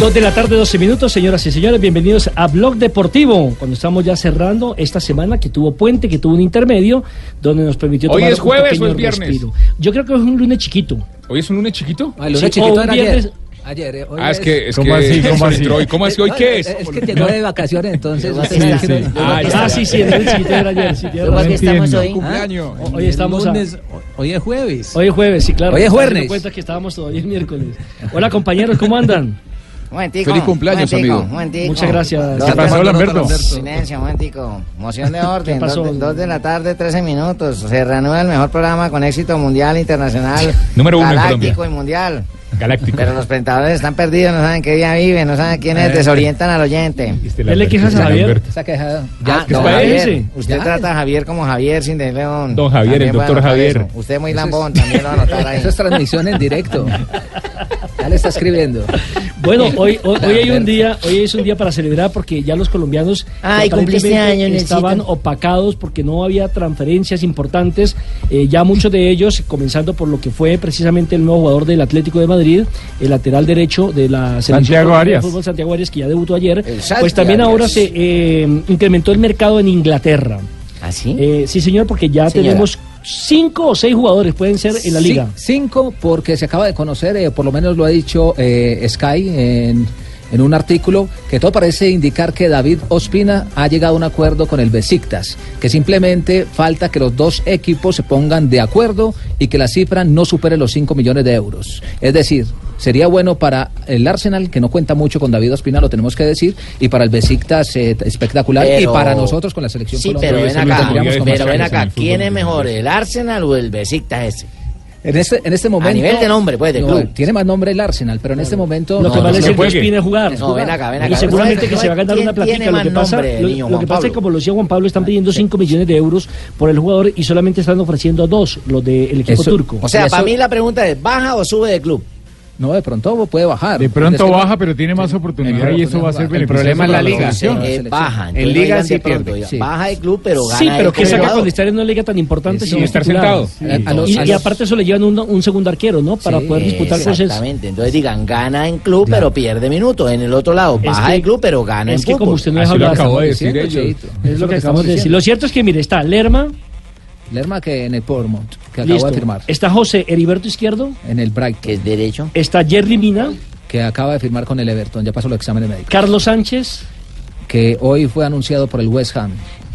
Dos de la tarde, 12 minutos, señoras y señores, bienvenidos a Blog Deportivo, cuando estamos ya cerrando esta semana que tuvo puente, que tuvo un intermedio, donde nos permitió ¿Hoy tomar es jueves un pequeño o es viernes? respiro. Yo creo que es un lunes chiquito. ¿Hoy es un lunes chiquito? Ah, el lunes Sí, o chiquito un era viernes- ayer. Ayer, eh, hoy Ah, es que... Es ¿Cómo que así? ¿Cómo así? entró hoy. ¿Cómo así? ¿Hoy No, qué es? Es que llegó de vacaciones, entonces. va a tener sí, que- sí. Ah, ya. Ah, sí, sí, el lunes chiquito era ayer. sí, tiene No Lo razón. que estamos entiendo. hoy. ¿Ah? Cumpleaños. Hoy estamos a- Lunes, Hoy es jueves. Hoy es jueves, sí, claro. Hoy es Me estoy jueves. dando cuenta que estábamos todavía el miércoles. Hola, compañeros, ¿cómo andan? Momentico, Feliz cumpleaños, momentico, amigo. momentico. Muchas gracias. ¿Qué pasó, Lamberto? Silencio, momentico. Moción de orden. ¿Qué pasó? Dos, de, dos de la tarde, 13 minutos. Se reanuda el mejor programa con éxito mundial, internacional, Número uno en galáctico Colombia. y mundial. Galáctico. Pero los presentadores están perdidos, no saben qué día viven, no saben quiénes desorientan al oyente. Ah, este. ¿Él le quejas a Javier? Este Lamberto. Se ha quejado. Ya, ¿qué don es para Ah, Javier, ese? usted Ya. trata a Javier como Javier sin decirle un- Don Javier, el También voy a doctor anotar Javier. eso. Usted es muy Eso es- lambón, también lo va a anotar ahí. Eso es transmisión en directo. Ya le está escribiendo. Bueno, hoy, hoy, hoy hay un día, hoy es un día para celebrar porque ya los colombianos Ay, que cumpliste aparentemente años, Nelsito. estaban opacados porque no había transferencias importantes. Eh, ya muchos de ellos, comenzando por lo que fue precisamente el nuevo jugador del Atlético de Madrid, el lateral derecho de la selección Santiago colombiana de Arias. fútbol Santiago Arias que ya debutó ayer. El Santi Pues también Arias. ahora se eh, incrementó el mercado en Inglaterra. ¿Así? Eh, sí, señor, porque ya ¿Ah, Señora. tenemos cinco o seis jugadores pueden ser en la Cin- liga. cinco, porque se acaba de conocer, eh, por lo menos lo ha dicho eh, Sky en, en un artículo, que todo parece indicar que David Ospina ha llegado a un acuerdo con el Besiktas, que simplemente falta que los dos equipos se pongan de acuerdo y que la cifra no supere los 5 millones de euros. Es decir, sería bueno para el Arsenal, que no cuenta mucho con David Ospina, lo tenemos que decir, y para el Besiktas eh, espectacular, y Pero- para nosotros con la selección Sí, Colombia. pero ven Eso lo acá, tendríamos que pero marcar ven en acá, el fútbol. ¿quién es mejor, el Arsenal o el Besiktas ese? En este, en este momento. nivel de nombre, pues, de No, club. tiene más nombre el Arsenal, pero en este momento. Lo que no, vale no es se el que juegue. Ospina es jugar. No, ven acá, ven acá. Y seguramente que ¿Quién- se va a ganar quién una platica. tiene Lo que más pasa, nombre, lo- niño lo Juan que pasa es Pablo? que, como lo decía Juan Pablo, están pidiendo 5 millones de euros por el jugador y solamente están ofreciendo dos, los del equipo Eso- turco. O sea, Eso- para mí la pregunta es, ¿baja o sube de club? No, de pronto puede bajar. De Es que pronto no- baja, pero tiene más oportunidad y eso va a ser El beneficioso problema es la para liga. Entonces, selección. Sí, eh, la baja. selección. entonces En liga digan sí de pronto, pierde, ya, sí. Baja de club, pero gana sí, el pero que jugador. saca cuando estar en una liga tan importante Sin sin estar titular? sentado. A- a los- Y, a y los- aparte eso le llevan un, un segundo arquero, ¿no? Para Sí, poder disputar con César. Exactamente, entonces digan, gana en club, pero pierde minutos. En el otro lado, baja que- de club, pero gana en Es que fútbol. como usted Ah, no deja Así lo hablar, acabó de es decir Cheito, ellos. Cheito. lo que estamos acabamos de decir. diciendo. Lo cierto es que, mire, está Lerma, Lerma que en el Portmont, que acaba listo. de firmar. Está José Heriberto Izquierdo, En el Brighton, Que es derecho. está Jerry Mina, que acaba de firmar con el Everton. Ya pasó los exámenes médicos. Carlos Sánchez, Que hoy fue anunciado por el West Ham,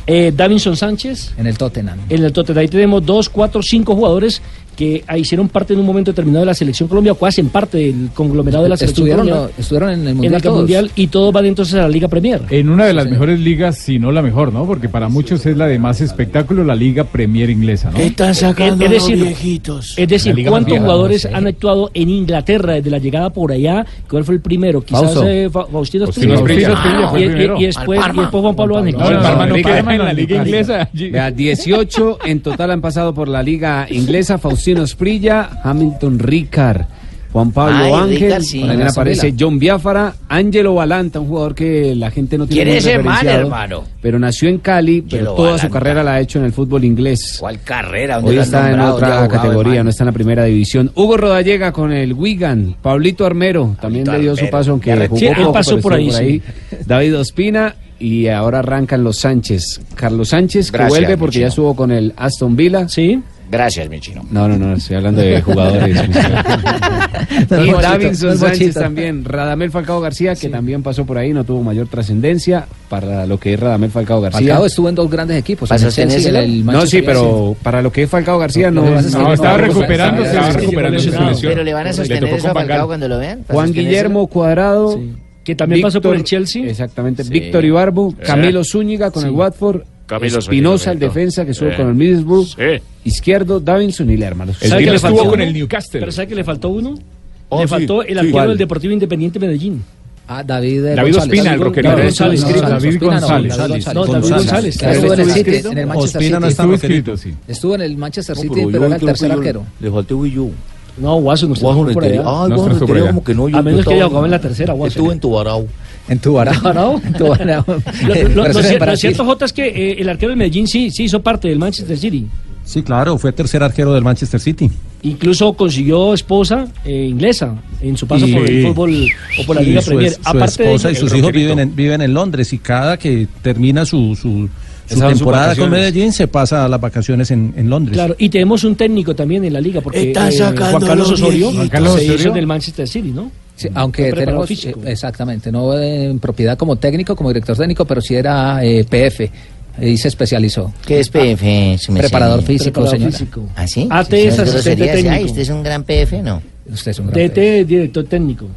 eh, Davinson Sánchez, en el Tottenham. En el total ahí tenemos dos, cuatro, cinco jugadores que ah, hicieron parte en un momento determinado de la selección Colombia o que hacen parte del conglomerado de la selección Estuvieron, Colombia no, estuvieron en el en Mundial el todos. mundial y todos van entonces a la Liga Premier. En una de las mejores ligas, si no la mejor, ¿no? Porque para muchos es la de más espectáculo, la Liga Premier inglesa, ¿no? Están sacando Eh, Es- es a decir, los viejitos. Es La decir, Liga ¿cuántos Mundial, jugadores no sé. han actuado en Inglaterra desde la llegada por allá? ¿Cuál fue el primero? Quizás Fausto. eh, Fa- Faustino Pues Faustino Asprilla. Asprilla. Asprilla Ah, fue y, el y- primero. y después, Al y después Juan Pablo Van No, Hector. el Parma no Liga Parma en la liga Española. inglesa. allí. Vea, 18 en total han pasado por la liga inglesa. Faustino Sprilla, Hamilton Ricard, Juan Pablo Ay, Ángel. Ricard, sí. También aparece John Biafara, Ángelo Balanta, un jugador que la gente no tiene ¿Quién muy es ese man, referenciado, hermano? Pero nació en Cali, pero Ángelo toda Balanta. su carrera la ha hecho en el fútbol inglés. ¿Cuál carrera? ¿Dónde Hoy lo han está en nombrado? ¿Dónde ha otra jugado, categoría, hermano? no está en la primera división. Hugo Rodallega con el Wigan, Pablito Armero también Pablito le dio su Armero. paso, aunque Ya jugó retira. Sí, él poco, pasó pero por estuvo ahí, David Ospina y ahora arrancan los Sánchez. Carlos Sánchez que Gracias, vuelve porque Michino. ya estuvo con el Aston Villa. Sí. Gracias, mi chino. No, no, no, estoy hablando de jugadores. No es y bochito, Davinson no es Sánchez bochito. también. Radamel Falcao García, que también pasó por ahí, no tuvo mayor trascendencia para lo que es Radamel Falcao García. Falcao estuvo en dos grandes equipos. en el ¿Pasaste en Chelsea y ese en lado? el no, Manchester sí, pero para lo que es Falcao García Lo no. que pasa es que no, No, estaba no, recuperando, sí, estaba sí, sí, recuperando su lesionado. lesión. Pero le van a sostener tocó eso a con Falcao Falcao. cuando lo vean. pues. ¿Para Juan sostener Guillermo Cuadrado. Que también pasó por el Chelsea. Exactamente. Víctor Ibarbo, Camilo Zúñiga con el Watford. Eh. Camilo Espinosa, Zúñiga, el Víctor. defensa que estuvo Eh. con el Middlesbrough. Sí. Izquierdo, Davinson y Lerma. Los- El ¿Sabe que Tigre le estuvo faltó? con el Newcastle. Pero ¿sabe que le faltó uno? Oh, le sí, faltó el arquero ¿Cuál? del Deportivo Independiente Medellín. Ah, David, eh, David González. Ospina, el David roquerito. González, Ospina, no, David Ospina no, González. No, David González. Claro, estuvo en el City, en el Manchester Ospina no City. estaba escrito, sí. Estuvo en el Manchester City, pero era el tercer arquero. Le falté Guillú. No, Guaso no estuvo por allá. Ah, No, Guajo estuvo por allá. Rentería, como que no. yo- A yo menos que estaba- haya jugado en la tercera, Guaso. Estuve en Tubarao. En tu ¿no? En tu Lo, lo- lo cier- lo cierto, Jota, es que eh, el arquero del Medellín sí, sí hizo parte del Manchester City. Sí, claro, fue tercer arquero del Manchester City. Incluso consiguió esposa eh, inglesa en su paso Y- por el fútbol o por la y Liga su, Premier. es- su esposa y ello- sus hijos viven en, viven en Londres y cada que termina su, su, su Esas son sus temporada con vacaciones. Medellín se pasa a las vacaciones en, en Londres. Claro, y tenemos un técnico también en la liga, porque eh, Está sacando Juan Carlos los Osorio, viejitos. Juan Carlos se hizo Osorio. del Manchester City, ¿no? Sí, aunque preparado tenemos físico. eh, exactamente, no en propiedad como técnico, como director técnico, pero sí era eh, PF y se especializó. Ah, ¿Qué es PF? si me Preparador sale? físico, Preparado señora. físico. ¿Ah, sí? AT Sí, es señor, asistente groserías. Ay, técnico. ¿Usted es un gran PF? No. Usted es un gran DT PF. es director técnico.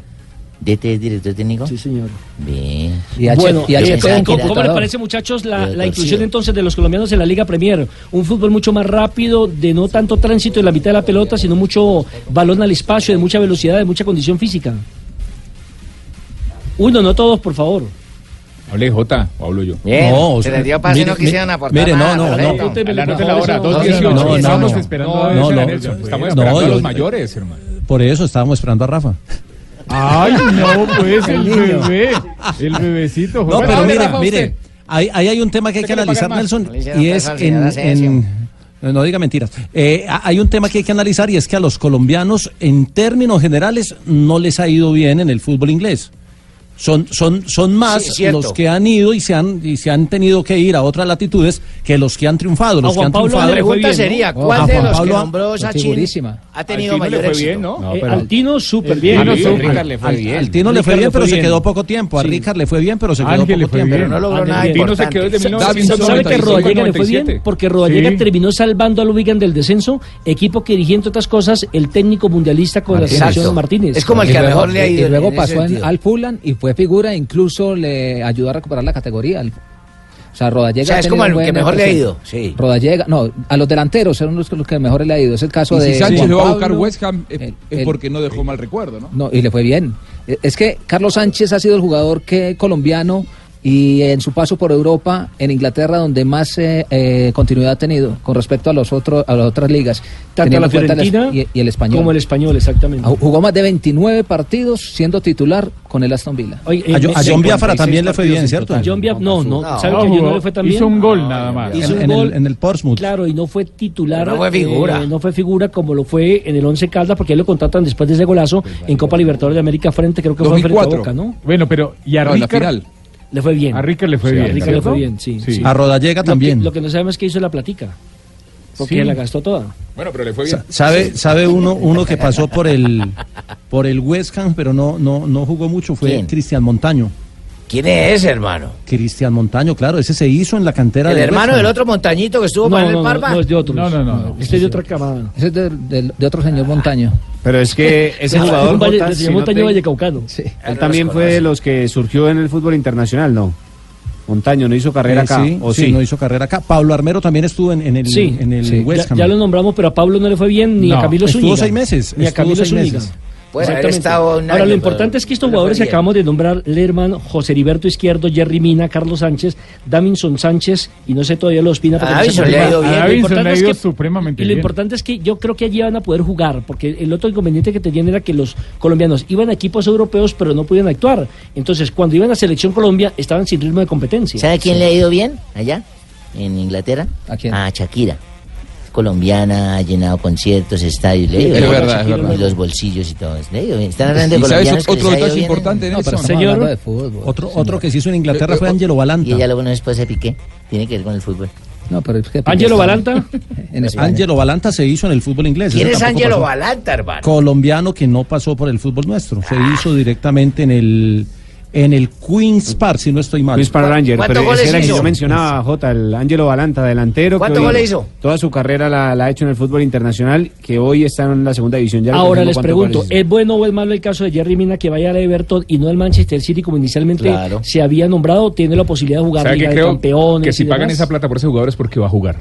¿DT es director técnico? Sí, señor. Bien. Y H- bueno, y eh, HP ¿cómo- en ¿Cómo, cómo les computador. parece, muchachos, la, la Doctor, inclusión Eh, pues sí. entonces de los colombianos en la Liga Premier? Un fútbol mucho más rápido, de no tanto tránsito en la mitad de la pelota, sino mucho balón al espacio, de mucha velocidad, de mucha condición física. Uno, no todos, por favor. Hablé J, o hablo yo. Bien. No, se o sea, les dio pase y no mire, quisieron mire, aportar mire, no, nada, no, no. perfecto. Apúntenme, La nota por de la favor, hora, esa 2.18. nota. No, no, Estamos no. esperando No, a no, Edson no. Aranello. Estamos No, esperando a yo- los mayores, hermano. Por eso estábamos esperando a Rafa. Ay, no, pues el bebé. El bebecito. No, Jorge. pero Bueno, mire, Rafa, mire, usted. ahí, ahí hay un tema que hay que ¿Usted quiere analizar, pagar más? Nelson, Le hicieron y caso es al señor en... Asensio. en- no diga mentiras. Eh, ha- hay un tema que hay que analizar y es que a los colombianos, en términos generales, no les ha ido bien en el fútbol inglés. Son, son, son más Sí, es cierto. los que han ido y se han, y se han tenido que ir a otras latitudes que los que han triunfado. Los que Juan han Pablo triunfado le fue pregunta bien, ¿no? sería, Oh, ¿cuál a de Juan los que Pablo, nombró Sachin figurísima. ha Al tenido Tino mayor le fue éxito? bien, ¿no? Eh, Altino, súper bien. A Al mí Tino, Ricardo Ricardo le fue al, bien. al Tino le fue Ricardo bien, fue pero se bien. quedó poco tiempo. A Sí. Ricardo le fue bien, pero se quedó Ángel le poco fue tiempo. Pero no bien. logró Ángel nada Tino Tino se quedó importante. desde ¿Sabe- ¿Sabe que 1995 Rodallega le fue 97? bien? Porque Rodallega Sí. terminó salvando al Wigan del descenso, equipo que dirigía, entre otras cosas, el técnico mundialista con la Martínez. selección Exacto. Martínez. Es como el Y que luego- mejor le ha y- ido. Y luego en ese pasó en, sentido. al Fulham y fue figura, incluso le ayudó a recuperar la categoría. al- o sea, Rodallega. O sea, ha es tenido como el un buen que mejor le ha ido, presente. sí. Rodallega, no, a los delanteros son los que, los que mejor le ha ido. Es el caso Y de. si Sánchez Juan lo va a Pablo, buscar West Ham es, el- es el- porque no dejó mal recuerdo, ¿no? No, y le fue bien. Eh, Es que Carlos Sánchez ha sido el jugador que colombiano y en su paso por Europa, en Inglaterra, donde más eh, eh, continuidad ha tenido con respecto a los otros a las otras ligas, tanto teniendo la en cuenta el es- Fiorentina y, y el español. como el español, exactamente. Ah, Jugó más de 29 partidos siendo titular con el Aston Villa. Oye, eh, A, Jo- a me- John Biafara también le fue bien, ¿cierto? John Biaf- no, no, No, ¿sabe No, que yo no jugó, le fue también? Hizo un gol nada más. en, Hizo un en gol. el, en el Portsmouth. Claro, y no fue titular. No fue figura. eh, no fue figura como lo fue en el Once Caldas, porque ahí lo contratan después de ese golazo en Copa Libertadores de América frente, creo que fue frente a 2004. Boca, ¿no? Bueno, pero y a No, en la Ricard, final. Le fue bien. a Ricard le fue Sí, a bien. Ricard le ¿cierto? fue bien, sí, sí. A Rodallega Lo también. que, lo que no sabemos es que hizo la platica, porque Sí. la gastó toda. Bueno, pero le fue bien. Sa- Sabe, sabe uno, uno que pasó por el por el West Ham, pero no, no, no jugó mucho, fue ¿Quién? Cristian Montaño. ¿Quién es, hermano? Cristian Montaño, claro, ese se hizo en la cantera El del hermano West Ham. del otro montañito que estuvo No, para no, el no, Parma. no, es de otros. No, no, no, no. Este es de otra camada. Ah. Ese es de, de- de otro señor Montaño. Pero es que ese jugador, Valle- Jota, se si llamó no Taño te- Vallecaucano. él también fue de los que surgió en el fútbol internacional, ¿no? Montaño no hizo carrera Eh, acá, sí, o sí, sí. no hizo carrera acá. Pablo Armero también estuvo en, en el, Sí, en el sí. West Ya, Ham. ya lo nombramos, pero a Pablo no le fue bien ni a No, Camilo estuvo Zúñiga. seis meses, Ni a estuvo Camilo seis Zúñiga. meses. Puede haber Exactamente. estado un Ahora, año, lo importante pero es que estos no le fue jugadores que bien. acabamos de nombrar, Lerman, José Heriberto Izquierdo, Jerry Mina, Carlos Sánchez, Davinson Sánchez, y no sé todavía los Pina. porque no se Davinson le ha confirma. ido A bien. Lo Davinson le importante ha es ido que- supremamente Y lo bien. importante es que yo creo que allí van a poder jugar, porque el otro inconveniente que tenían era que los colombianos iban a equipos europeos, pero no podían actuar. Entonces, cuando iban a Selección Colombia, estaban sin ritmo de competencia. ¿Sabe quién le ha ido bien allá? En Inglaterra. ¿A quién? A Shakira. Colombiana, ha llenado conciertos, estadios. Le ha ido Es bien. verdad, es verdad. Y los bolsillos y todo. Le ha ido bien. Están hablando de ¿Y sabes colombianos ot- que les ha ido otro detalle bien en- importante, No, pero Nelson? estamos Señor. hablando de fútbol. Otro, otro que se hizo en Inglaterra fue Angelo Eh, Y ella Balanta. luego no después de Piqué. Tiene que ver con el fútbol. No, pero Pues, es que- Ángelo Balanta. En España. Ángelo Balanta se hizo en el fútbol inglés. ¿Quién ese es tampoco Ángelo pasó. Balanta, hermano? colombiano que no pasó por el fútbol nuestro. Se hizo directamente en el en el Queens Park, si no estoy mal. Luis para Ranger, ¿Cuántos pero goles ese era el que hizo? yo mencionaba, Jota, el Ángelo Balanta, delantero. que ¿Cuántos hoy goles hizo? Toda su carrera la, la ha hecho en el fútbol internacional, que hoy está en la segunda división. Ya le Ahora confirmo les cuántos pregunto, goles hizo. ¿es bueno o es malo el caso de Jerry Mina que vaya al Everton y no al Manchester City como inicialmente Claro. se había nombrado? ¿Tiene la posibilidad de O jugar sea, Liga que de creo Campeones? que si y pagan demás? esa plata por ese jugador es porque va a jugar.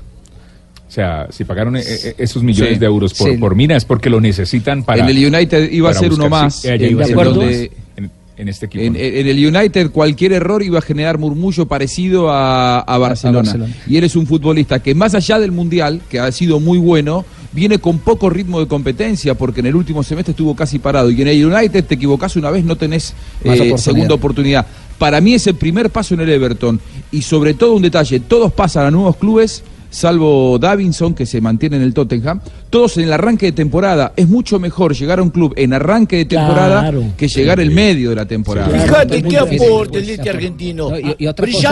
O sea, si pagaron eh, eh, esos millones Sí, de euros por, sí. por Mina es porque lo necesitan para. en el United iba a para ser uno buscar- más. sí, eh, ya en- iba a en ser uno acuerdo. donde- más en- en este equipo. En, ¿no? en el United cualquier error iba a generar murmullo parecido a, a Barcelona. Barcelona. Y él es un futbolista que más allá del Mundial, que ha sido muy bueno, viene con poco ritmo de competencia porque en el último semestre estuvo casi parado. Y en el United te equivocás una vez, no tenés Más eh, oportunidad. segunda oportunidad. Para mí es el primer paso en el Everton. Y sobre todo un detalle, todos pasan a nuevos clubes salvo Davinson, que se mantiene en el Tottenham, todos en el arranque de temporada. Es mucho mejor llegar a un club en arranque de temporada Claro. que llegar el medio de la temporada. Claro, Fíjate muy qué difícil. aporte el este argentino. No, y- y otra brillante,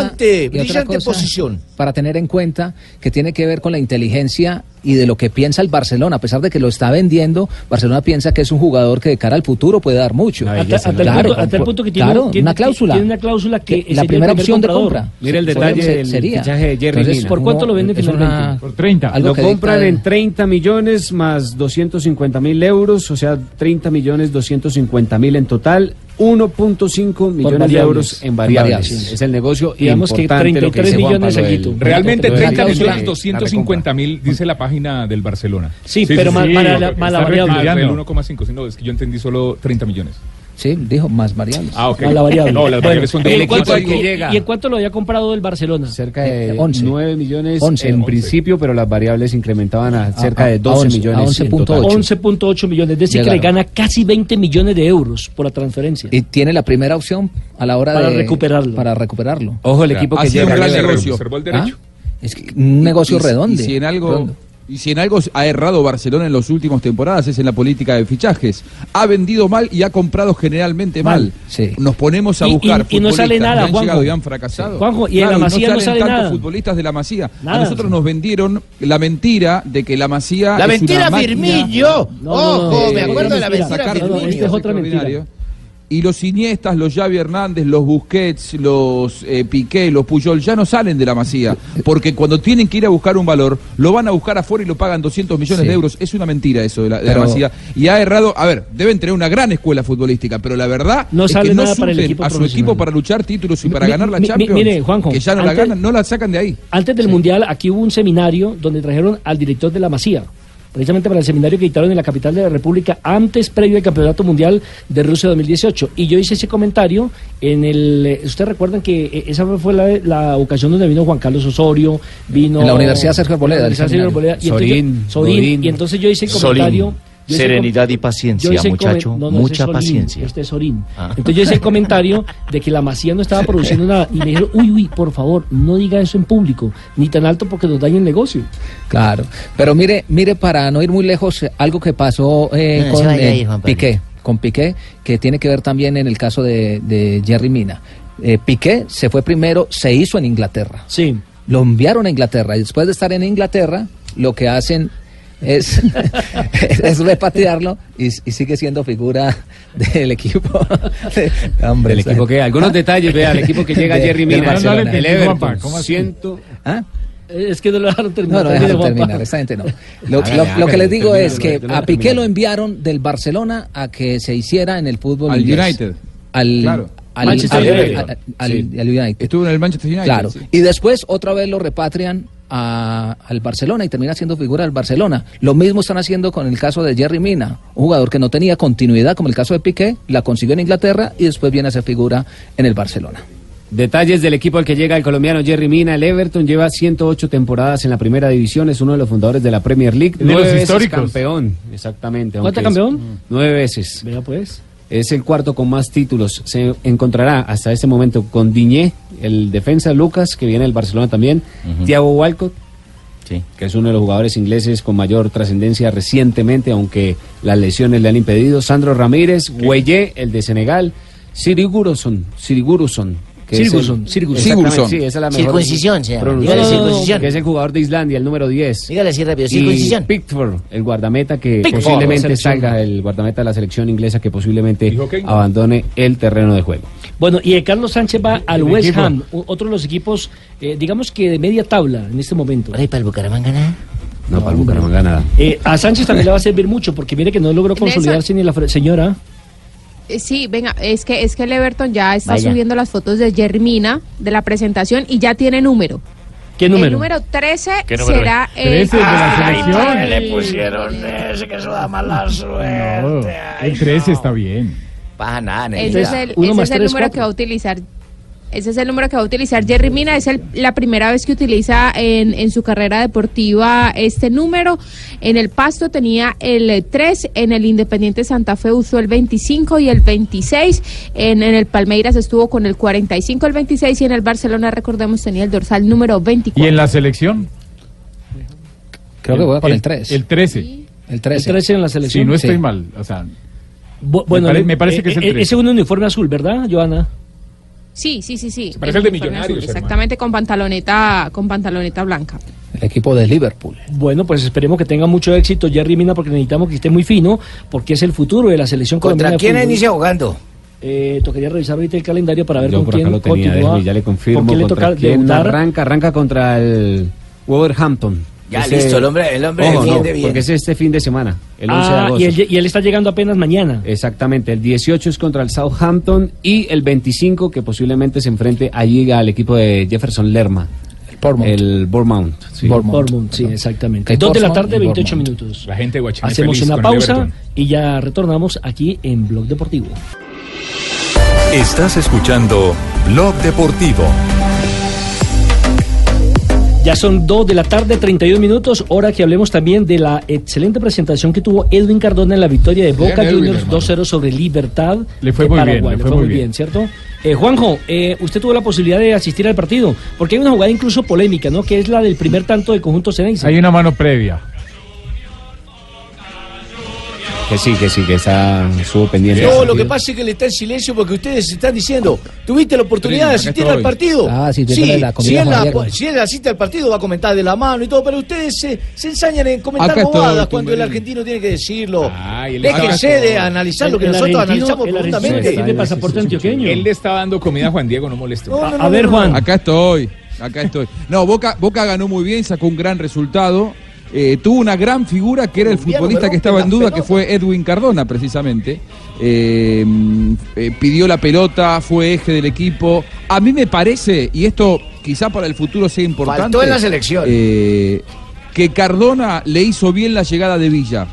cosa- y otra brillante cosa posición. Para tener en cuenta que tiene que ver con la inteligencia y de lo que piensa el Barcelona. A pesar de que lo está vendiendo, Barcelona piensa que es un jugador que de cara al futuro puede dar mucho. Una Hasta, hasta belleza, el Claro, punto, hasta el punto que tiene, claro, tiene- una cláusula. tiene una cláusula que, la sería el primera primer opción de comprador. compra. Mira el Se- detalle se- del fichaje de Jerry Entonces, Mina. ¿Por cuánto lo venden es una- finalmente? Por 30. algo Lo que dicta compran de- en 30 millones más 250 mil euros, o sea, 30 millones 250 mil en total, 1.5 millones de variables. euros en variables. variables. Es el negocio y Digamos que 33 millones, Aguito. Realmente Pero es la 30 cláusula- millones 250 mil, dice la página del Barcelona. Sí, pero mal- sí, mala- lo que- mala está variable. retirando El 1,5, sino es que yo entendí solo 30 millones. Sí, dijo más variables. Ah, ok. A la variable. No, las Bueno, variables son de ¿y en uno cuánto- coma cinco. y- ¿Y en cuánto lo había comprado el Barcelona? Cerca de Eh, 11. 9 millones Once. en Once. principio, pero las variables incrementaban a cerca Ah, a- de a 12 once, millones. a 11.8. en total. 11.8 millones, es decir, que le Llegaron. gana casi 20 millones de euros por la transferencia. Y tiene la primera opción a la hora Para de recuperarlo. Para recuperarlo. Ojo, el equipo Ha que sido un llega. gran negocio. Reservó el derecho. Ah, Es que un negocio Y si- redondo. Y si en algo. redondo. Y si en algo ha errado Barcelona en las últimas temporadas es en la política de fichajes. Ha vendido mal y ha comprado generalmente mal. Mal, sí. Nos ponemos a Y- y- buscar y no sale futbolistas nada, que han Juanjo. llegado y han fracasado. Sí. Juanjo, y en la Masía no no salen sale tantos nada. futbolistas de la Masía. Nada. A nosotros nos vendieron la mentira de que la Masía La es mentira una máquina Firmillo. No, no, Ojo, no, eh, me eh, no, acuerdo de la no, no, mentira sacar- Firmillo. no, no, esta es otra extraordinario. mentira. Y los Iniestas, los Xavi Hernández, los Busquets, los eh, Piqué, los Puyol, ya no salen de la masía. Porque cuando tienen que ir a buscar un valor, lo van a buscar afuera y lo pagan 200 millones Sí. de euros. Es una mentira eso de la, de la Pero- masía. Y ha errado, a ver, deben tener una gran escuela futbolística, pero la verdad No es que sale no nada para el surgen equipo a su profesional. equipo para luchar títulos y para Mi- ganar la mi- mi- Champions. mire, Juanjo, que ya no la antes- ganan, no la sacan de ahí. Antes del Mundial, aquí hubo un seminario donde trajeron al director de la Masía, precisamente para el seminario que dictaron en la capital de la República antes, previo al Campeonato Mundial de Rusia 2018. Y yo hice ese comentario en el... eh, Ustedes recuerdan que eh, esa fue la, la ocasión donde vino Juan Carlos Osorio, vino... En la Universidad Sergio Arboleda, En la el Universidad seminario. Sergio Arboleda, y entonces yo- Sorín, Sorín, Godín. Y entonces yo hice el Solín. comentario... yo hice el com- Serenidad y paciencia, yo hice el muchacho. comen- Mucha ese es Solín, paciencia. Este es Sorín. Ah. Entonces yo hice el comentario de que la Masía no estaba produciendo nada. Y me dijeron, uy, uy, por favor, no diga eso en público, ni tan alto porque nos daña el negocio. Claro, pero mire, mire para no ir muy lejos, eh, algo que pasó eh, No, no se con vaya eh, ahí, Juan Pablo. Piqué, con Piqué, que tiene que ver también en el caso de, de Jerry Mina. Eh, Piqué se fue primero, se hizo en Inglaterra, Sí. lo enviaron a Inglaterra y después de estar en Inglaterra, lo que hacen es, es repatriarlo y, y sigue siendo figura del equipo. Hombre, El esa equipo gente. que algunos detalles, vea, el equipo que llega De- Jerry del Mina, Barcelona. el Juanpa, Everton, ¿cómo así? 100, ¿Ah? Eh, Es que no lo dejaron No, terminar. no Mire, dejan Juanpa. terminar, esta gente no. Lo, Hágale, lo- lo hágale, que les digo termínalo, es que déjalo a Piqué terminar. lo enviaron del Barcelona a que se hiciera en el fútbol Al inglés. United. Al, Claro. al, Manchester al- United. al- al- Sí. al United. Estuvo en el Manchester United. Claro. sí. Y después otra vez lo repatrian a- al Barcelona y termina siendo figura del Barcelona. Lo mismo están haciendo con el caso de Jerry Mina, un jugador que no tenía continuidad, como el caso de Piqué, la consiguió en Inglaterra y después viene a ser figura en el Barcelona. Detalles del equipo al que llega el colombiano Jerry Mina. El Everton lleva 108 temporadas en la primera división. Es uno de los fundadores de la Premier League. De los Nueve veces históricos. campeón. Exactamente. ¿Cuánto aunque es- campeón? Nueve veces. Vea pues. Es el cuarto con más títulos. Se encontrará hasta este momento con Diñé, el defensa Lucas, que viene del Barcelona también. Thiago Walcott, Sí. que es uno de los jugadores ingleses con mayor trascendencia recientemente, aunque las lesiones le han impedido. Sandro Ramírez, Güelle, el de Senegal, Siri Guruson, Siri Guruson, que es el- Sirguson, Sirguson. Exactamente, Sirguson. sí, esa es la mejor Circuncisión se llama. pronunciación, Dígale circuncisión. que es el jugador de Islandia, el número 10. Dígale así rápido, Y circuncisión. Pickford, el guardameta que Pickford. posiblemente Selección. salga, el guardameta de la selección inglesa que posiblemente ¿Y hockey? abandone el terreno de juego. Bueno, y eh, Carlos Sánchez va al El West equipo. Ham, u- otro de los equipos, eh, digamos que de media tabla en este momento. Ahora, ¿y para el Bucaramanga nada? No, para el Bucaramanga nada. Eh, a Sánchez también le va a servir mucho, porque mire que no logró Nelson. consolidarse ni la fre- señora. Eh, Sí, venga, es que es que el Everton ya está Vaya. subiendo las fotos de Jerry Mina de la presentación y ya tiene número. ¿Qué número? El número 13 ¿Qué número será el Ah, 13 de la ¿Qué selección. le pusieron ese que eso da mala No, suerte? Ay, el 13 no. está bien. Pasa nada, ese es nenita. el, Uno ese más es el tres, número cuatro. que va a utilizar. Ese es el número que va a utilizar Jerry Mina. Es el- la primera vez que utiliza en, en su carrera deportiva este número. En el Pasto tenía el eh, 3, en el Independiente Santa Fe usó el 25 y el 26. En, en el Palmeiras estuvo con el 45, el 26 y en el Barcelona, recordemos, tenía el dorsal número 24. ¿Y en la selección? Creo que juega con el 3. El 13. El 13. El 13 en la selección. Si no estoy Sí. mal. O sea, Bu- bueno, pare- me parece eh, que es el eh, 13. Ese es un uniforme azul, ¿verdad, Joana? Sí, sí, sí, sí. parece al de uniforme azul, Millonarios, hermano. Exactamente, con pantaloneta, con pantaloneta blanca. El equipo de Liverpool. Bueno, pues esperemos que tenga mucho éxito Jerry Mina porque necesitamos que esté muy fino porque es el futuro de la selección ¿Contra colombiana. de quién fútbol. inicia jugando? Eh, tocaría revisar ahorita el calendario para ver Yo con por acá quién lo tenía, continúa, déjeme, ya le confirmo. con quién le contra toca quién debutar. Arranca, arranca contra el Wolverhampton. Ya, listo, el hombre- el hombre Ojo, defiende bien. Porque es este fin de semana, el 11 de Ah, agosto. y él, y él está llegando apenas mañana. Exactamente, el 18 es contra el Southampton y el 25 que posiblemente se enfrente allí al equipo de Jefferson Lerma. El Bournemouth. El Bournemouth. sí. Dortmund, sí, exactamente. Dos de la tarde, 28 minutos. La gente de Guachiné Hacemos feliz una con el pausa Everton. y ya retornamos aquí en Blog Deportivo. Estás escuchando Blog Deportivo. Ya son 2 de la tarde, 31 minutos, hora que hablemos también de la excelente presentación que tuvo Edwin Cardona en la victoria de Boca Bien, Edwin, Juniors hermano. 2-0 sobre Libertad Le fue de muy bien, Paraguay. le fue muy bien. ¿cierto? Eh, Juanjo, eh, usted tuvo la posibilidad de asistir al partido, porque hay una jugada incluso polémica, ¿no? Que es la del primer tanto del conjunto Ceneice. hay una mano previa. Que sí, que sí, que está, estuvo pendiente. No, lo que pasa es que le está en silencio porque ustedes están diciendo, tuviste la oportunidad de Sí, acá asistir al estoy. partido. Ah, sí, sí, viéndole la comida si, a él Juan la- Diego. si él asiste al partido va a comentar de la mano y todo, pero ustedes se, se ensañan en comentar Acá estoy, bobadas Tumberini. cuando el argentino tiene que decirlo. y él Déjense está- de analizar lo que El- el nosotros argentino- analizamos el argentino profundamente. que tiene pasaporte antioqueño. Él le está dando comida a Juan Diego, no moleste. Acá estoy, acá estoy. No, Boca, Boca ganó muy bien, sacó un gran resultado. eh, tuvo una gran figura que era el Colombiano, me futbolista que rompen estaba en las duda, que fue Edwin Cardona, precisamente. Eh, eh, pidió la pelota, fue eje del equipo. A mí me parece, y esto quizá para el futuro sea importante. Faltó en la selección. eh, que Cardona le hizo bien la llegada de Villa.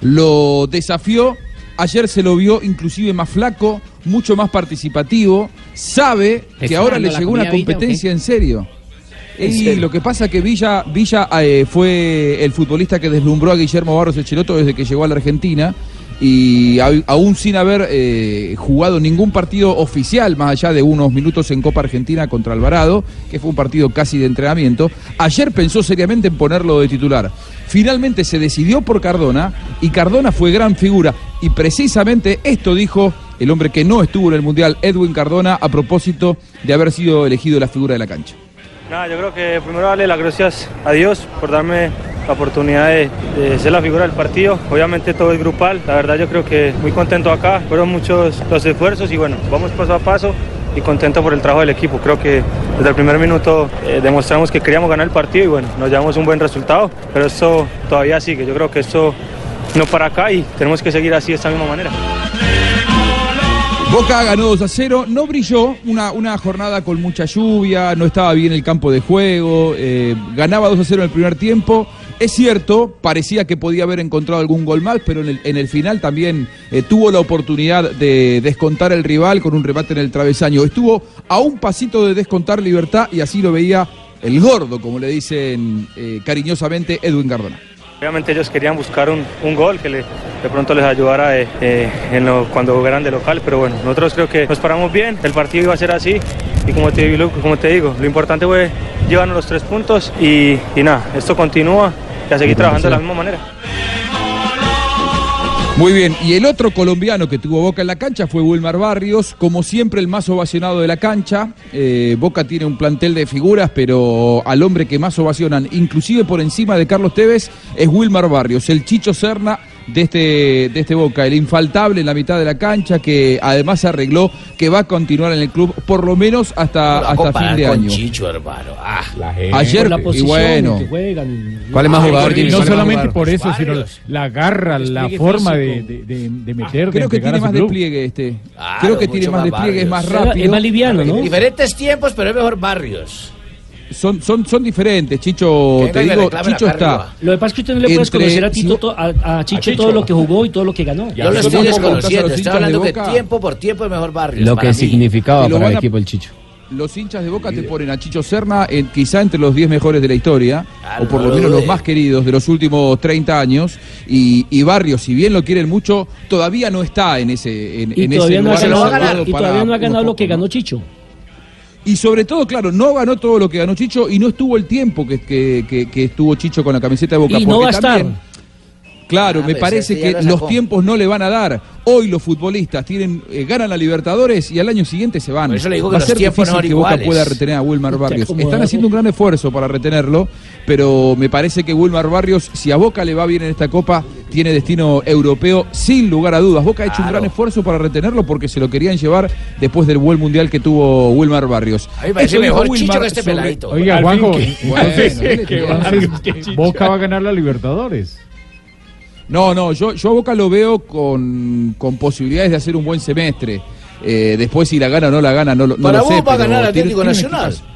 Lo desafió, ayer se lo vio inclusive más flaco, mucho más participativo, sabe ¿Le que está ahora dando le la llegó comida una a Villa o competencia en serio. ¿En Y serio? lo que pasa que Villa, Villa eh, fue el futbolista que deslumbró a Guillermo Barros Echeloto desde que llegó a la Argentina y au- aún sin haber eh, jugado ningún partido oficial, más allá de unos minutos en Copa Argentina contra Alvarado, que fue un partido casi de entrenamiento, ayer pensó seriamente en ponerlo de titular. Finalmente se decidió por Cardona y Cardona fue gran figura. Y precisamente esto dijo el hombre que no estuvo en el Mundial, Edwin Cardona, a propósito de haber sido elegido la figura de la cancha. Nada, yo creo que primero darle las gracias a Dios por darme la oportunidad de, de ser la figura del partido. Obviamente todo es grupal, la verdad yo creo que muy contento acá, fueron muchos los esfuerzos y bueno, vamos paso a paso y contento por el trabajo del equipo. Creo que desde el primer minuto eh, demostramos que queríamos ganar el partido y bueno, nos llevamos un buen resultado, pero esto todavía sigue, yo creo que esto no para acá y tenemos que seguir así de esta misma manera. Boca ganó 2 a 0, no brilló, una, una jornada con mucha lluvia, no estaba bien el campo de juego, eh, ganaba 2 a 0 en el primer tiempo. Es cierto, parecía que podía haber encontrado algún gol más, pero en el, en el final también eh, tuvo la oportunidad de descontar el rival con un remate en el travesaño. Estuvo a un pasito de descontar libertad y así lo veía el gordo, como le dicen eh, cariñosamente Edwin Cardona. Obviamente ellos querían buscar un, un gol que le- de pronto les ayudara eh, eh, en lo- cuando jugaran de local, pero bueno, nosotros creo que nos paramos bien, el partido iba a ser así y como te, lo- como te digo, lo importante fue llevarnos los tres puntos y, y nada, esto continúa y a seguir trabajando de la misma manera. Muy bien, y el otro colombiano que tuvo Boca en la cancha fue Wilmar Barrios, como siempre el más ovacionado de la cancha. Eh, Boca tiene un plantel de figuras, pero al hombre que más ovacionan, inclusive por encima de Carlos Tevez, es Wilmar Barrios, el Chicho Serna de este, de este Boca, el infaltable en la mitad de la cancha, que además se arregló que va a continuar en el club por lo menos hasta, Lo hasta comparan fin de eh, con año. Chicho, hermano. Ah, la gente. Ayer, y bueno, ¿Cuál es más Ay, pero jugador, No Jimmy? ¿Cuál es más solamente jugador? por eso, sino la, la garra, la Despliegue forma de, físico. Ah, de, de- de meter, de creo que entregar tiene a su más club. despliegue este. Ah, creo que tiene más despliegue, es más rápido. Diferentes tiempos, pero es mejor Barrios. Son, son, son diferentes, Que Chicho. Oh, Te venga y digo, reclame Chicho acá está. arriba. Lo que pasa es que usted no le puedes Entre- conocer a, si Tito, to- a, a Chicho Chicho. todo lo que jugó y todo lo que ganó. Yo lo estoy desconociendo, estoy hablando que tiempo por tiempo es mejor Barrios. Lo para mí. que significaba Te lo para el van a- equipo el Chicho. Los hinchas de Boca te ponen a Chicho Serna en- quizá entre los 10 mejores de la historia, o por no lo lo menos los dude. más queridos de los últimos 30 años. Y, y Barrio, si bien lo quieren mucho, todavía no está en ese, en, Y en todavía ese no ha lugar ganado- reservado y para todavía no ha unos ganado lo que ganó Chicho. Y sobre todo, claro, no ganó todo lo que ganó Chicho y no estuvo el tiempo que, que- que- que estuvo Chicho con la camiseta de Boca. Y no porque va a estar. también- Claro, Ah, me pues, parece este ya que lo sacó. los tiempos no le van a dar. Hoy los futbolistas tienen eh, ganan la Libertadores y al año siguiente se van. Por eso le digo Va que a los ser tiempos difícil no son que Boca iguales. pueda retener a Wilmar Puta, Barrios. cómo Están hago. haciendo un gran esfuerzo para retenerlo, pero me parece que Wilmar Barrios, si a Boca le va bien en esta Copa, tiene destino europeo sin lugar a dudas. Boca ha hecho un gran esfuerzo para retenerlo porque se lo querían llevar después del buen mundial que tuvo Wilmar Barrios. A mí me parece Eso dijo mejor Chicho Wilmar que este sobre- peladito. Oiga, Juanjo, entonces, qué entonces, barrios, qué chicha. Boca va a ganar la Libertadores. No, no, yo, yo a Boca lo veo con, con posibilidades de hacer un buen semestre. Eh, después si la gana o no la gana, no, lo- no Para lo vos sé. va a pero ganar tiene- Atlético tiene Nacional. equipos.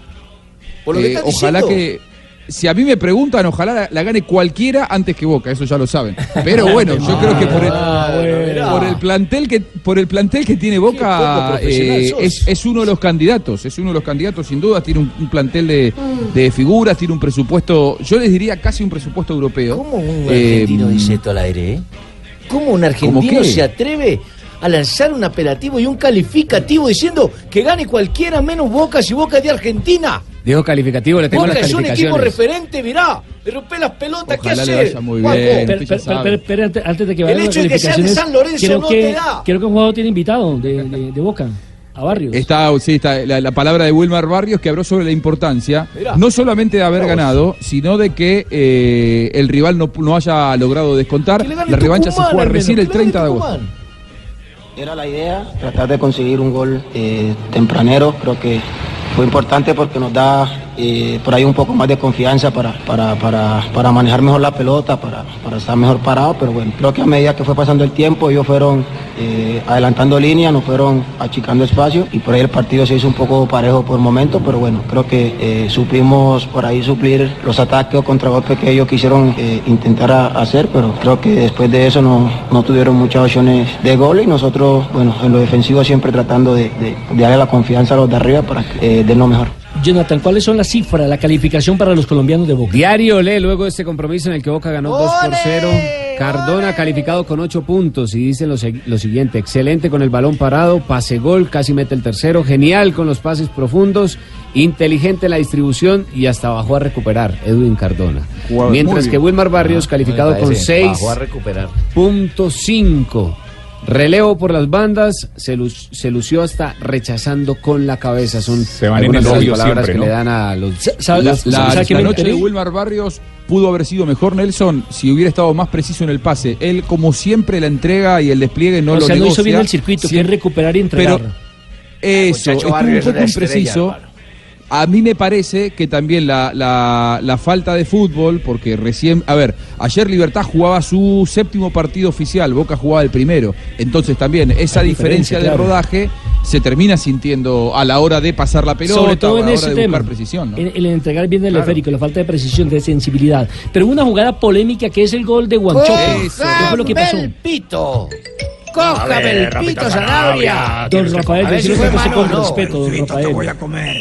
Por lo que Eh, estás ojalá diciendo. que... Si a mí me preguntan, ojalá la, la gane cualquiera antes que Boca, eso ya lo saben. Pero bueno, yo creo que por el, por el plantel que por el plantel que tiene Boca profesional eh, sos. es, es uno de los candidatos, es uno de los candidatos sin duda, tiene un, un plantel de, de figuras, tiene un presupuesto, yo les diría casi un presupuesto europeo. Un Eh, argentino dice esto al aire, ¿eh? ¿Cómo un argentino qué? se atreve a lanzar un apelativo y un calificativo diciendo que gane cualquiera menos Boca si Boca es de Argentina? Dijo calificativo, le tengo Boca las es un equipo calificaciones. referente, mirá, le rompe las pelotas, Ojalá ¿qué hace? le vaya muy Juanjo? bien, Pero, usted ya pero, pero, sabe. pero antes, antes de que El vayan las hecho de que sea de calificaciones, San Lorenzo creo no que, te da. Creo que un jugador tiene invitado de, de- de Boca, a Barrios. Está, sí, está la, la palabra de Wilmar Barrios que habló sobre la importancia, Mirá. no solamente de haber ganado, sino de que eh, el rival no, no haya logrado descontar. le La gane revancha se Tucumán, juega al menos, recién el que le gane 30 de agosto. Era la idea tratar de conseguir un gol eh, tempranero, creo que fue importante porque nos da eh, por ahí un poco más de confianza para, para, para, para manejar mejor la pelota, para, para estar mejor parado, pero bueno, creo que a medida que fue pasando el tiempo ellos fueron eh, adelantando línea, nos fueron achicando espacio y por ahí el partido se hizo un poco parejo por momentos, pero bueno, creo que eh, supimos por ahí suplir los ataques o contragolpes que ellos quisieron eh, intentar a- hacer, pero creo que después de eso no, no tuvieron muchas opciones de gol y nosotros, bueno, en lo defensivo siempre tratando de, de- de darle la confianza a los de arriba para que eh, den lo mejor. Jonathan, ¿cuáles son las cifras, la calificación para los colombianos de Boca? Diario lee luego de este compromiso en el que Boca ganó 2 por 0. Cardona calificado con 8 puntos y dice lo, se- lo siguiente, excelente con el balón parado, pase gol, casi mete el tercero, genial con los pases profundos, inteligente la distribución y hasta bajó a recuperar Edwin Cardona. Jugador muy Mientras bien. que Wilmar Barrios Ah, calificado me con parece, 6 bajó a recuperar. punto 5. Relevo por las bandas, se, lu- se lució hasta rechazando con la cabeza. Son van en algunas el de las odio palabras siempre, que ¿no? le dan a los. La, los- la- los la extranjeros. noche de Wilmar Barrios pudo haber sido mejor Nelson si hubiera estado más preciso en el pase. Él, como siempre, la entrega y el despliegue no o lo sea, no hizo negocia. bien el circuito, que es Siempre- recuperar y entregar. Pero eso, Muchacho estuvo Barrios un es una poco estrella, impreciso. A mí me parece que también la, la- la falta de fútbol, porque recién, a ver, ayer Libertad jugaba su séptimo partido oficial, Boca jugaba el primero, entonces también esa Hay diferencia, diferencia, de claro. rodaje se termina sintiendo a la hora de pasar la pelota, Sobre todo o a en la hora ese de tema, buscar precisión. ¿no? en, en entregar bien el Claro. esférico, la falta de precisión, de sensibilidad. Pero hubo una jugada polémica que es el gol de Guanchope. ¿Qué fue lo que pasó? el pito! ¡Cójame el pito, Sanabria! Don Rafael, A ver si decirle fue que se mano o con no. respeto, don Rafael.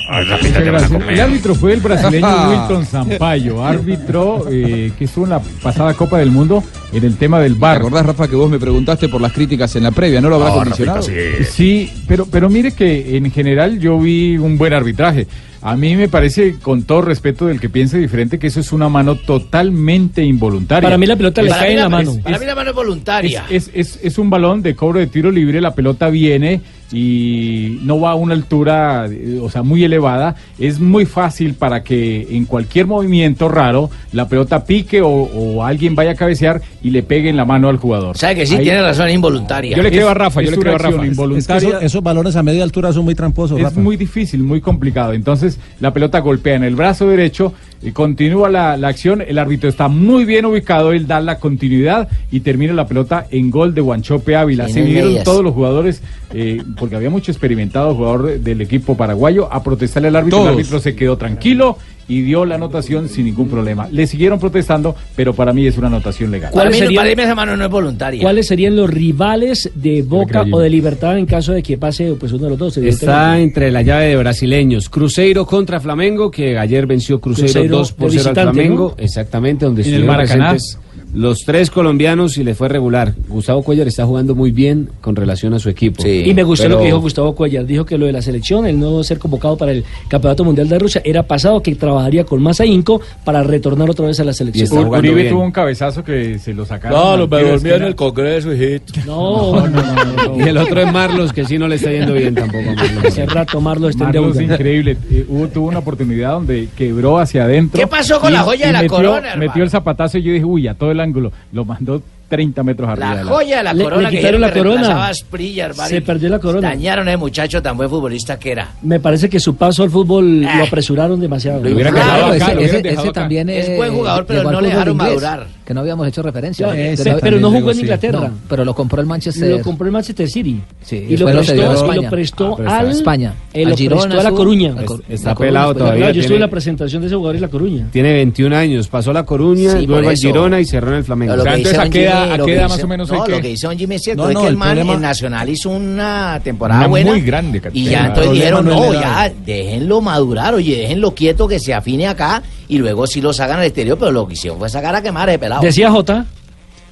Ah, El árbitro fue el brasileño Wilton Sampaio, árbitro eh, que estuvo en la pasada Copa del Mundo en el tema del ¿Te bar. acordás, Rafa, que vos me preguntaste por las críticas en la previa? ¿No lo habrá No, condicionado? Rafita, sí. Sí, pero, pero mire que en general yo vi un buen arbitraje. A mí me parece, con todo respeto del que piense diferente, que eso es una mano totalmente involuntaria. Para mí la pelota le Es- cae en la es- mano. es- Para mí la mano es voluntaria. es, es- es un balón de cobro de tiro libre, la pelota viene y no va a una altura, eh, o sea, muy elevada. Es muy fácil para que en cualquier movimiento raro la pelota pique o, o alguien vaya a cabecear y le pegue en la mano al jugador. ¿Sabe que sí? Ahí- Tiene razón, es involuntaria. Yo le creo a Rafa, yo le creo a Rafa. Es que eso- esos valores a media altura son muy tramposos, Es Rafa. muy difícil, muy complicado. Entonces, la pelota golpea en el brazo derecho y continúa la, la acción. El árbitro está muy bien ubicado, él da la continuidad y termina la pelota en gol de Guanchope Ávila. Sí, Se no es vinieron leyes. todos los jugadores, eh, porque había mucho experimentado jugador del equipo paraguayo, a protestarle al árbitro. El Todos. árbitro se quedó tranquilo y dio la anotación sin ningún problema. Le siguieron protestando, pero para mí es una anotación legal. Para mí, para mí esa mano no es voluntaria. ¿Cuáles serían los rivales de Boca o de Libertad en caso de que pase pues uno de los dos? Está entre la llave de brasileños. Cruzeiro contra Flamengo, que ayer venció Cruzeiro, Cruzeiro 2 por de 0 al visitante, Flamengo. Exactamente, donde En el estuvieron Maracaná. presentes Los tres colombianos y le fue regular. Gustavo Cuellar está jugando muy bien con relación a su equipo. Y me gustó lo Pero- que dijo Gustavo Cuellar. Dijo que lo de la selección, el no ser convocado para el Campeonato Mundial de Rusia, era pasado, que trabajaría con más ahínco para retornar otra vez a la selección. U- Uribe tuvo un cabezazo que se lo sacaron. No, al lo- me tiro de dormía en esquina. el Congreso, hijito. No, no, no, Y el otro es Marlos, que sí no le está yendo bien tampoco. a Marlos. Hace rato Marlos está en Marlos deuda. increíble. Eh, hubo, tuvo una oportunidad donde quebró hacia adentro. ¿Qué pasó con la joya de la metió, corona, hermano? Metió el zapatazo y yo dije, uy, a todo el ángulo. Lo mandó 30 metros arriba. La del joya de la arco. corona. que dijeron quitaron la que corona. reemplazaba a Asprilla, hermano, Se y perdió la corona. Dañaron a ese muchacho tan buen futbolista que era. Me parece que su paso al fútbol lo apresuraron demasiado. Lo hubieran Claro, dejado acá, ese- lo hubieran Ese, ese también Es eh, buen jugador, pero llegó al no le fútbol dejaron inglés, madurar. Que no habíamos hecho referencia. Ya, De ese la- eh, pero no jugó en Inglaterra. No, pero lo compró el Manchester. Lo compró el Manchester City. y lo después lo prestó, cedió a y lo España. prestó Ah, pero está al en España. eh, lo Al Girona prestó a La estuvo, Coruña. al Cor- Está pelado todavía. Yo estuve en tiene- la presentación de ese jugador en La Coruña. Tiene 21 años, pasó a La Coruña, Sí, luego por al eso. Girona y cerró en el Flamengo. Pero lo O sea, que antes dice a don qué edad- Jimmy, a lo qué que edad dice- más o menos No, hay lo que- que hizo Don Jimmy es cierto. No, es no, que el el man problema- en Nacional hizo una temporada Una buena. muy grande, Y Caterina. ya entonces El dijeron, problema no, no es la ya, déjenlo madurar, oye, déjenlo quieto que se afine acá y luego sí lo sacan al exterior, pero lo que hicieron fue sacar a quemar de pelado. Jota.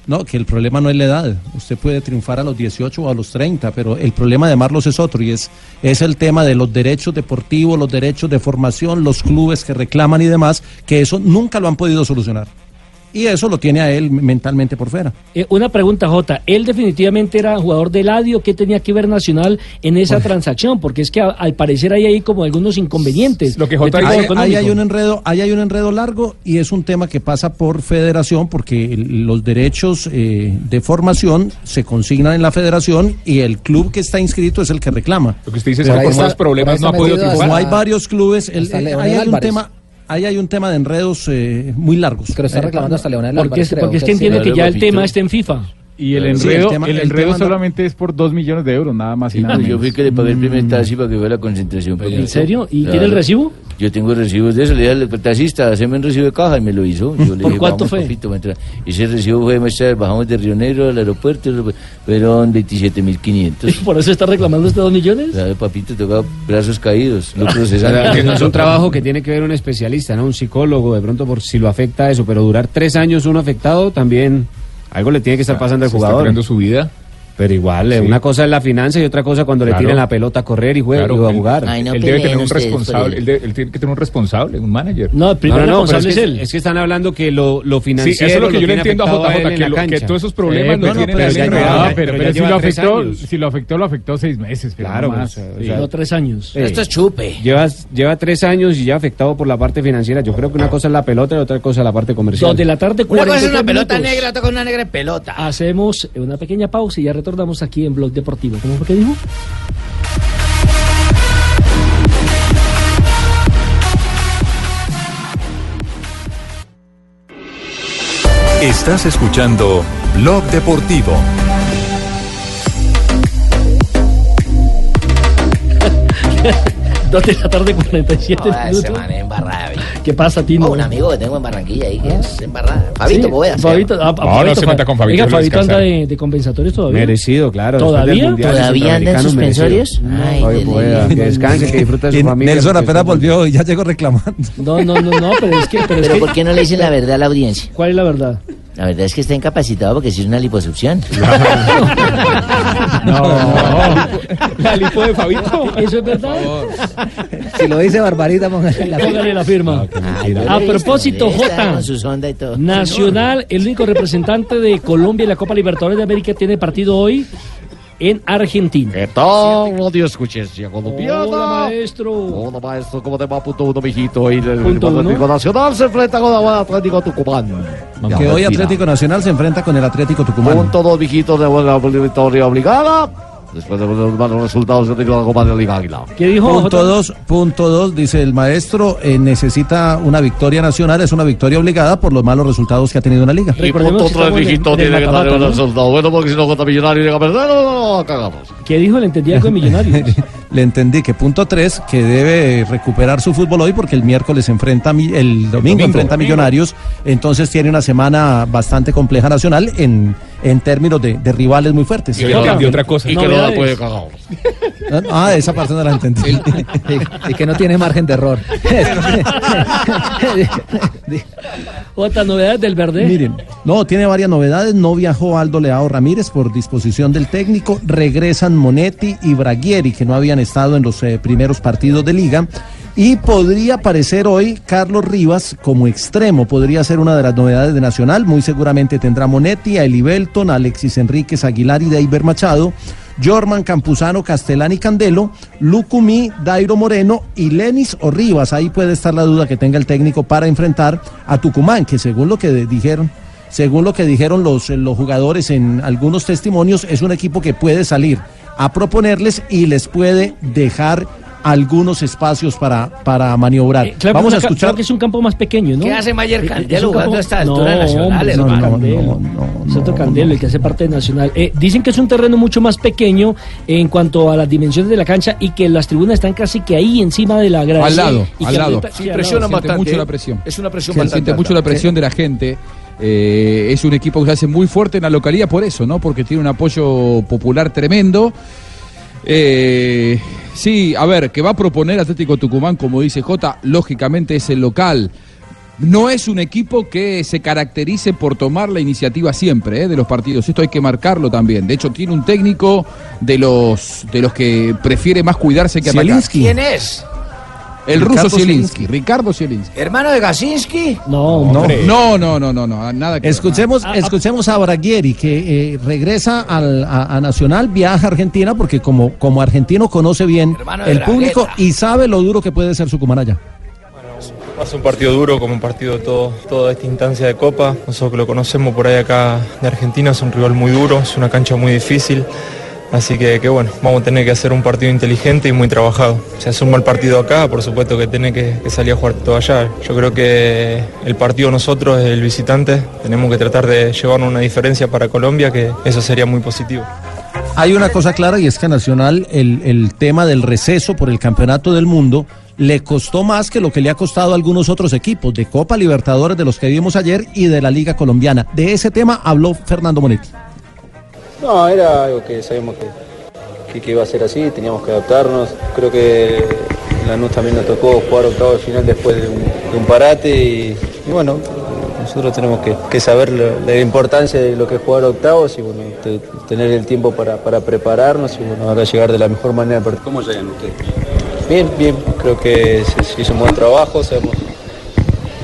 No, que el problema no es la edad. Usted puede triunfar a los 18 o a los 30, pero el problema de Marlos es otro y es, es el tema de los derechos deportivos, los derechos de formación, los clubes que reclaman y demás, que eso nunca lo han podido solucionar. Y eso lo tiene a él mentalmente por fuera. Eh, una pregunta, Jota. Él definitivamente era jugador del Ladio. ¿Qué tenía que ver Nacional en esa transacción? Porque es que a- al parecer hay ahí como algunos inconvenientes. Lo que Ahí, ahí hay un enredo, ahí hay un enredo largo y es un tema que pasa por federación porque el- los derechos eh, de formación se consignan en la federación y el club que está inscrito es el que reclama. Lo que usted dice es Por que ahí por está- más por ahí problemas no ha está podido metido triunfar. Como hay varios clubes, el- Hasta eh, Leonel ahí hay un Álvarez. tema, ahí hay un tema de enredos eh, muy largos. Pero está reclamando hasta Leonel Porque es, porque es que entiendo que ya el tema este está en FIFA. Y el Sí, el enredo, tema- el el enredo tema no- solamente es por 2 millones de euros, nada más y nada yo menos. Mm. fui que le pagué el primer taxi para que fuera a la concentración. ¿En serio? ¿Y tiene el recibo? Yo tengo recibos de eso. Le dije al taxista, haceme un recibo de caja y me lo hizo. Yo le dije, cuánto "Vamos, fue? papito, mientras-". Ese recibo fue, maestro, bajamos de Río Negro al aeropuerto, fueron 27.500. Por eso está reclamando estos dos millones. Claro, papito, tocaba brazos caídos, no procesaron. Que no es un trabajo que tiene que ver un especialista, ¿no? Un psicólogo, de pronto por si lo afecta eso, pero durar tres años uno afectado también algo le tiene que estar pasando al Ah, se está jugador. creando su vida. Pero igual, eh, Sí. una cosa es la finanza y otra cosa cuando le Claro. tiran la pelota a correr y juega Claro, y va a él- jugar. Él, debe tener un responsable, él, debe- él tiene que tener un responsable, un manager. No, pero es que, es que están hablando que lo, lo financiero. Sí, eso es lo que yo le tiene entiendo a afectado JJ, él en que la lo- que cancha. todos esos problemas Sí, lo tienen pero él ya en lleva- realidad, ya- pero- ya pero si lleva lo tres afectó, años. Si lo afectó, lo afectó seis meses. pero Claro, no más. o sea, Sí. o sea, No, tres años. Sí. Llevas, lleva tres años y ya afectado por la parte financiera. Yo creo que una cosa es la pelota y otra cosa es la parte comercial. Dos de la tarde, Una cosa es una 43 pelota minutos. negra, otra con una negra en pelota. Hacemos una pequeña pausa y ya retornamos aquí en Blog Deportivo. ¿Cómo fue que dijo? Estás escuchando Blog Deportivo. Dos de la tarde, 47 Joder, ese minutos. man es embarrada. vi. ¿Qué pasa, Tino? Oh, un amigo que tengo en Barranquilla ahí que es embarrada. Fabito, Sí, voy a hacer. Fabito, ah, ah, No, no se Fa- meta con Fabito, Oiga, déjelo Fabito anda descansar. de, de compensatorios todavía. Merecido, claro. después del ¿Todavía? Mundial de Centroamericanos, merecido. Ah, Fabio Poveda, que descanse, que disfrute de su Y familia. Nelson porque apenas está muy- volvió y ya llegó reclamando. No, no, no, no, pero es que. Pero, Pero ¿por qué no le dicen la verdad a la audiencia? ¿Cuál es la verdad? La verdad es que está incapacitado porque sí es una liposucción. La lipo de Fabito. Eso es verdad. Si lo dice Barbarita, póngale la Póngale la firma. A propósito, J. Nacional, el único representante de Colombia en la Copa Libertadores de América, tiene partido hoy en Argentina. ¿Qué tal? Dios escuches, ya colombiano. Hola, maestro. Hola, maestro. ¿Cómo te va? Punto uno, mijito. Y el Punto el Atlético Nacional se enfrenta con el Atlético Tucumán. Que hoy Argentina. Atlético Nacional se enfrenta con el Atlético Tucumán. Punto dos, mijitos, de buena victoria obligada. Después de los malos resultados, yo tengo la Copa de Liga Águila. Punto dos, punto dos, dice el maestro, eh, necesita una victoria nacional, es una victoria obligada por los malos resultados que ha tenido en la liga. Y punto tres, mijito, tiene que tener un resultado bueno porque si no, contra Millonarios llega a perder, no, no, no, a cagarnos. ¿Qué dijo el entendido con Millonarios? le entendí que punto 3, que debe recuperar su fútbol hoy porque el miércoles enfrenta, a mi- el domingo, domingo. enfrenta a Domingo. Millonarios, entonces tiene una semana bastante compleja nacional en, en términos de, de rivales muy fuertes. Y otra- y otra cosa. Y que no la puede cagar. Ah, esa parte no la entendí. Y que no tiene margen de error. Otras novedades del verde. Miren, no, tiene varias novedades. No viajó Aldo Leao Ramírez por disposición del técnico. Regresan Monetti y Braguieri, que no habían estado en los eh, primeros partidos de liga. Y podría aparecer hoy Carlos Rivas como extremo. Podría ser una de las novedades de Nacional. Muy seguramente tendrá Monetti, a Eli Belton, a Alexis Enríquez Aguilar y Deiber Machado. Jorman Campuzano, Castellán y Candelo, Lucumí, Dairo Moreno y Lenis o Rivas. Ahí puede estar la duda que tenga el técnico para enfrentar a Tucumán, que según lo que de- dijeron, según lo que dijeron los, eh, los jugadores en algunos testimonios, es un equipo que puede salir a proponerles y les puede dejar algunos espacios para, para maniobrar. Eh, claro que Vamos a es una ca- escuchar. claro que es un campo más pequeño, ¿no? ¿Qué hace Mayer Eh, eh, Candelo es un jugando a esta altura no, nacional, hombre, hermano? no, no, no, Santo Candelo, el que hace parte de Nacional. Eh, dicen que es un terreno mucho más pequeño en cuanto a las dimensiones de la cancha y que las tribunas están casi que ahí encima de la grada. Al lado, Y que al lado. aprieta- sí, al Presiona lado. bastante, eh. mucho la presión. Es una presión Se bastante siente mucho alta. la presión de la gente. Eh, es un equipo que se hace muy fuerte en la localidad por eso, ¿no? Porque tiene un apoyo popular tremendo. Eh, sí, a ver, que va a proponer Atlético Tucumán, como dice Jota, lógicamente es el local. No es un equipo que se caracterice por tomar la iniciativa siempre ¿eh? de los partidos. Esto hay que marcarlo también. De hecho, tiene un técnico de los de los que prefiere más cuidarse que Zielinski. atacar. ¿Quién es? El Ricardo ruso Zielinski. Ricardo Zielinski. ¿Hermano de Gasinski? No, no. No, no, no, no, no, nada que Escuchemos, escuchemos a Braguieri, que eh, regresa al- a, a Nacional, viaja a Argentina, porque como, como argentino conoce bien Hermano de el público Bragueta. y sabe lo duro que puede ser su allá. Va a ser un partido duro, como un partido de todo, toda esta instancia de Copa. Nosotros que lo conocemos por ahí acá de Argentina, es un rival muy duro, es una cancha muy difícil. Así que, que bueno, vamos a tener que hacer un partido inteligente y muy trabajado. Se hace un mal partido acá, por supuesto que tiene que, que salir a jugar todo allá. Yo creo que el partido nosotros, el visitante, tenemos que tratar de llevarnos una diferencia para Colombia, que eso sería muy positivo. Hay una cosa clara y es que a Nacional el, el tema del receso por el campeonato del mundo le costó más que lo que le ha costado a algunos otros equipos de Copa Libertadores de los que vimos ayer y de la Liga Colombiana. De ese tema habló Fernando Monetti. No, era algo que sabíamos que, que- que iba a ser así, teníamos que adaptarnos. Creo que Lanús también nos tocó jugar octavo de final después de un, de un parate y, y bueno, nosotros tenemos que, que saber lo- la importancia de lo que es jugar octavos y bueno, te- tener el tiempo para, para prepararnos y bueno, ahora llegar de la mejor manera. ¿Cómo llegan ustedes? Bien, bien, creo que se, se hizo un buen trabajo, sabemos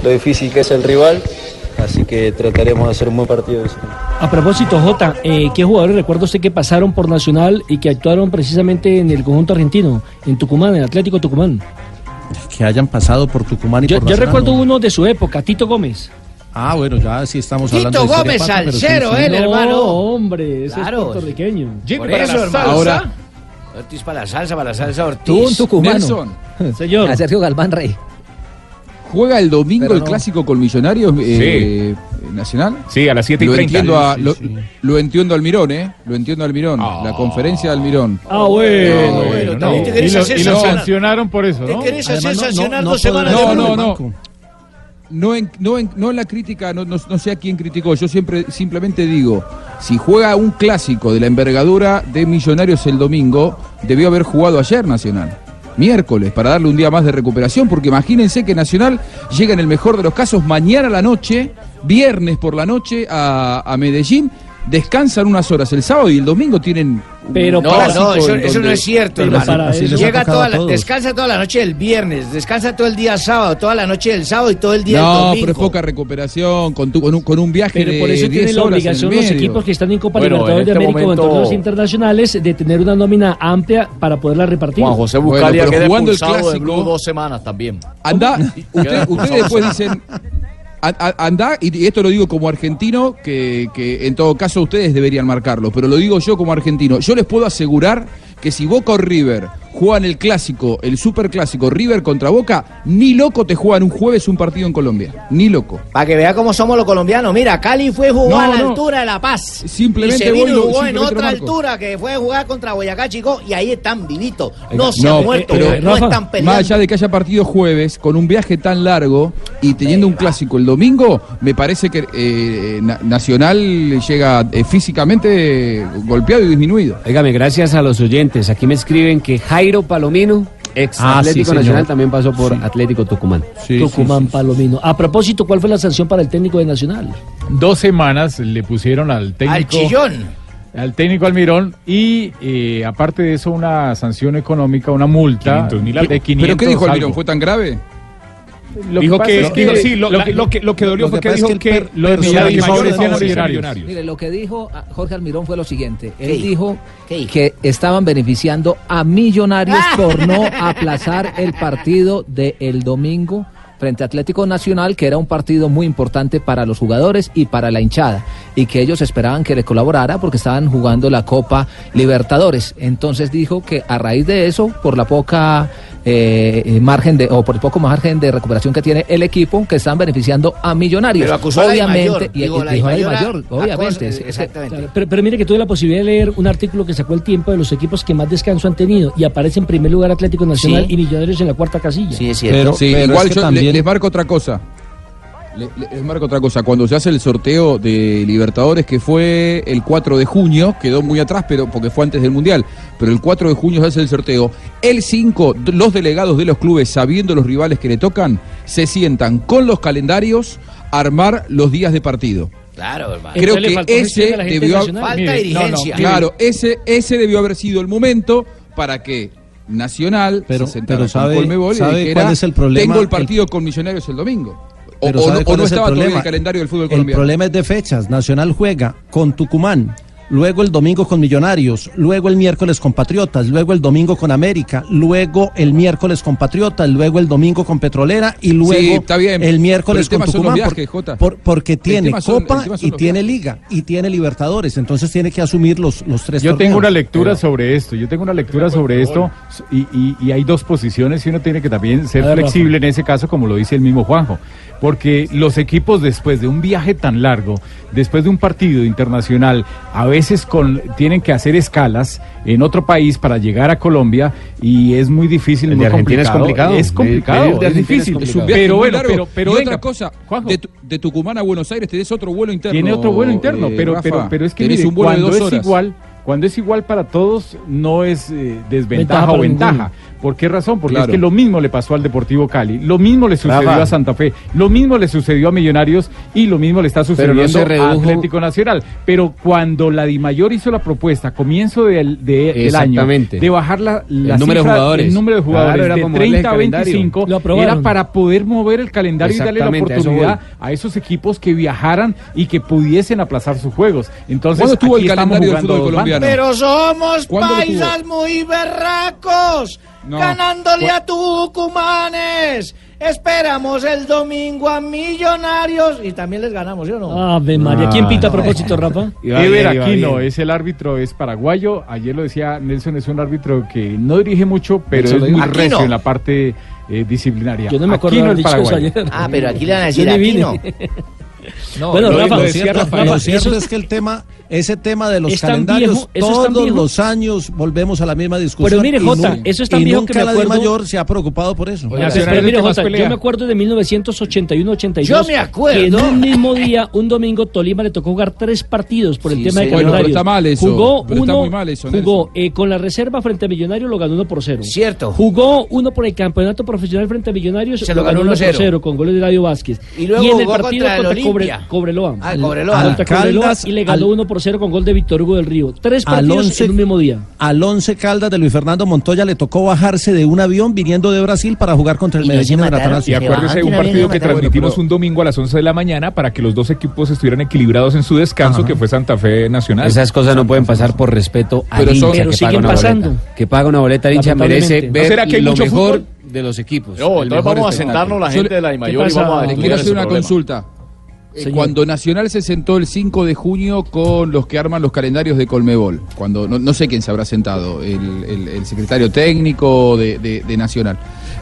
lo difícil que es el rival, así que trataremos de hacer un buen partido. A propósito, Jota, eh, ¿qué jugadores recuerda usted que pasaron por Nacional y que actuaron precisamente en el conjunto argentino, en Tucumán, en Atlético Tucumán? Que hayan pasado por Tucumán y Yo, por yo Nacional, recuerdo ¿no? uno de su época, Tito Gómez. Ah, bueno, ya sí estamos Tito hablando de historia Gómez patria, pero sí, Salcero, sí. él, No, hermano. hombre, ese ese es es puertorriqueño. Por eso, hermano. Ortiz para la salsa, para la salsa Ortiz. Tú, un tucumano. Nelson. Señor. A Sergio Galván Rey. ¿Juega el domingo Pero el no. clásico con Millonarios eh, Nacional? Sí, a las 7 y lo 30. Entiendo a- Sí, lo, sí. lo entiendo al Mirón, ¿eh? Lo entiendo al Mirón. La conferencia del Mirón. Ah, bueno. No, Eh, bueno, no. también te querés Y lo- hacer y lo sancionar. sancionaron por eso, Te ¿no? querés hacer Además, no- sancionar no- dos no semanas podrá- de No, no, banco. no. No en, no, en, no en la crítica, no, no- no sé a quién criticó. Yo siempre simplemente digo: si juega un clásico de la envergadura de Millonarios el domingo, debió haber jugado ayer Nacional. Miércoles, para darle un día más de recuperación, porque imagínense que Nacional llega en el mejor de los casos mañana a la noche, viernes por la noche a, a Medellín, descansan unas horas el sábado y el domingo tienen. un Pero no, clásico no, eso, en eso no donde- es cierto, Pero hermano. para eso- Llega toda la- a todos. descansa toda la noche del viernes, descansa todo el día sábado, toda la noche del sábado y todo el día del No, domingo. pero es poca recuperación con, tu- con un, con un viaje Pero de por eso tiene 10 la horas en obligación el los medio. equipos que están en Copa Bueno, Libertadores en de este América momento- o en torneos internacionales de tener una nómina amplia para poderla repartir. Juan José Buscalia queda expulsado de Blue dos semanas también. Andá, usted- Queda ustedes expulsado. después dicen, a- a- andá, y y esto lo digo como argentino, que, que en todo caso ustedes deberían marcarlo, pero lo digo yo como argentino. Yo les puedo asegurar que si Boca o River juegan el clásico, el super clásico, River contra Boca, ni loco te juegan un jueves un partido en Colombia. Ni loco. Para que vea cómo somos los colombianos. Mira, Cali fue jugó No, a la no. altura de La Paz. Simplemente y se vino voy y y lo- jugó en simplemente lo otra marco. altura que fue a jugar contra Boyacá Chico y ahí están vivitos. No se No, eh, han muerto, pero, no están peleando. Más allá de que haya partido jueves, con un viaje tan largo y teniendo un clásico el domingo, me parece que eh, Na- Nacional llega eh, físicamente eh, golpeado y disminuido. Óigame, gracias a los oyentes. Aquí me escriben que Jairo Palomino, ex Ah, sí, Atlético señor. Nacional, también pasó por Atlético Tucumán. Tucumán Palomino. A propósito, ¿cuál fue la sanción para el técnico de Nacional? Dos semanas le pusieron al técnico. Al chillón. Al técnico Almirón y eh, aparte de eso una sanción económica, una multa 500.000 algo. de 500 ¿Pero qué dijo algo. Almirón? ¿Fue tan grave? Lo dijo que que, pasa es que- dijo, sí, lo, lo la- que- lo que, lo que dolió lo fue que que pasa dijo es que que, el per- lo de personal Millonarios mayor favorecía a los favorece a millonarios. Millonarios. Mire, lo que dijo ah, Jorge Almirón fue lo siguiente. Él dijo? dijo que estaban beneficiando a millonarios Ah. por no aplazar el partido del domingo frente a Atlético Nacional, que era un partido muy importante para los jugadores y para la hinchada, y que ellos esperaban que le colaborara porque estaban jugando la Copa Libertadores. Entonces dijo que a raíz de eso, por la poca eh, margen de, o por el poco margen de recuperación que tiene el equipo, que están beneficiando a millonarios. Pero acusó a la Di obviamente, Mayor, y- digo, y la dijo a la Di Mayor Mayor, acusó- obviamente. es- es- Exactamente. Pero, pero mire que tuve la posibilidad de leer un artículo que sacó el tiempo de los equipos que más descanso han tenido y aparece en primer lugar Atlético Nacional Sí. y Millonarios en la cuarta casilla. Sí, Pero, sí, igual yo le- les marco otra cosa. Le- le- les marco otra cosa. Cuando se hace el sorteo de Libertadores, que fue el 4 de junio, quedó muy atrás, pero porque fue antes del Mundial. Pero el 4 de junio se hace el sorteo. El 5, d- los delegados de los clubes, sabiendo los rivales que le tocan, se sientan con los calendarios a armar los días de partido. Claro, hermano. Creo que ese debió haber- Falta dirigencia. claro, ese, ese debió haber sido el momento para que Nacional Pero- se sentara pero sabe- con Colmebol y sabe dijera, cuál es el problema, tengo el el- partido con Millonarios el domingo. O, Pero o ¿sabe no, o cuál no es el estaba todavía en problema? el calendario del fútbol El colombiano. problema es de fechas. Nacional juega con Tucumán, luego el domingo con Millonarios, luego el miércoles con Patriotas, luego el domingo con América, luego el miércoles con Patriotas, luego el domingo con Petrolera y luego Sí, está bien, el pero miércoles el tema con son los Tucumán. viajes, Jota. por- porque tiene tema son- el Copa tema son y los tiene Liga y tiene Libertadores. Entonces tiene que asumir los, los tres Yo tengo torneos. una lectura Pero- sobre esto, yo tengo una lectura sobre esto y, y- y hay dos posiciones y uno tiene que también ser A ver, flexible en ese caso, como lo dice el mismo Juanjo, porque los equipos después de un viaje tan largo, después de un partido internacional, a veces con, tienen que hacer escalas en otro país para llegar a Colombia y es muy difícil, El muy de Argentina es complicado. es complicado, De- de ir de es Argentina es difícil, Es un viaje pero muy bueno, largo. pero, pero y venga, otra cosa, de, Tu- de Tucumán a Buenos Aires tenés otro vuelo interno. tiene otro vuelo interno, eh, pero, Rafa. pero, pero es que Tenés mire, un vuelo de cuando dos es horas. igual, cuando es igual para todos, no es eh, desventaja Ventaja o para ventaja. ninguno. ¿Por qué razón? Porque Claro. es que lo mismo le pasó al Deportivo Cali, lo mismo le sucedió Rafa. a Santa Fe, lo mismo le sucedió a Millonarios y lo mismo le está Pero sucediendo no se a redujo. Atlético Nacional. Pero cuando la Dimayor hizo la propuesta a comienzo del, de- del año Exactamente. de bajar la, la El número de cifra, jugadores. el número de Claro, jugadores era de para moverle el 30 a calendario. 25, Lo era aprobaron. para poder mover el calendario y darle la Exactamente, a eso oportunidad a esos equipos que viajaran y que pudiesen aplazar sus juegos. Entonces, ¿Cuándo estuvo aquí el estamos calendario del jugando fútbol dos bandas. colombiano? Pero- Pero somos ¿Cuándo lo tuvo? paisas muy berracos, No. ganándole Cu- a Tucumanes. Esperamos el domingo a Millonarios y también les ganamos, ¿sí o no? Ave María. ¿Quién Ah, pita a no. propósito, Rafa? Ever Aquino es el árbitro, es paraguayo. Ayer lo decía Nelson, es un árbitro que no dirige mucho, pero Nelson es lo muy dijo. Aquino. recio en la parte eh, disciplinaria. Yo no me acuerdo Aquino, haber el dicho eso paraguayo. ayer. Ah, pero aquí le van a Yo decir ni vine. Aquino. No, Bueno, lo, Rafa, lo lo cierto, cierto, Rafa, Rafa, lo cierto eso- es que el tema, ese tema de los Es tan calendarios, viejo, eso es tan todos viejo. los años volvemos a la misma discusión. Pero mire, y Jota, nu- eso es tan y viejo nunca que me la acuerdo- Dimayor se ha preocupado por eso. Oiga, pero mire, Jota, yo me acuerdo de 1981-82. Yo me acuerdo. Que en un mismo día, un domingo, Tolima le tocó jugar tres partidos por el Sí, tema de señor. Bueno, pero calendarios. está mal eso, Jugó pero uno, está muy mal eso, jugó eh, con la reserva frente a Millonarios, lo ganó 1 por 0. Cierto. Jugó uno por el campeonato profesional frente a Millonarios, Se lo ganó uno 1-0. por 0 con goles de Radio Vázquez. Y luego en el jugó partido contra el contra Olimpia. Cobre- Cobreloa. Ah, Cobreloa. Contra Al Cobreloa Caldas, y le ganó al- 1 por 0 con gol de Víctor Hugo del Río. Tres Al partidos once- en un mismo día. Al once Caldas de Luis Fernando Montoya le tocó bajarse de un avión viniendo de Brasil para jugar contra el Medellín en el Y Atanasio. acuérdese de un partido que transmitimos un domingo a las 11 de la mañana para que los dos equipos estuvieran equilibrados en su descanso, que fue Santa Fe Nacional. Esas cosas no pueden pasar por respeto al Pero son- hincha Pero que paga siguen una pasando. boleta. Que paga una boleta, el hincha merece Lamentablemente. ver ¿No será que hay lo mucho mejor fútbol? de los equipos. No, entonces vamos a sentarnos la gente de la Imayor Dimayor y vamos a Le estudiar quiero hacer ese una problema. consulta. Eh, Cuando Nacional se sentó el 5 de junio con los que arman los calendarios de Colmebol, cuando no, no sé quién se habrá sentado, el, el- el secretario técnico de, de- de Nacional,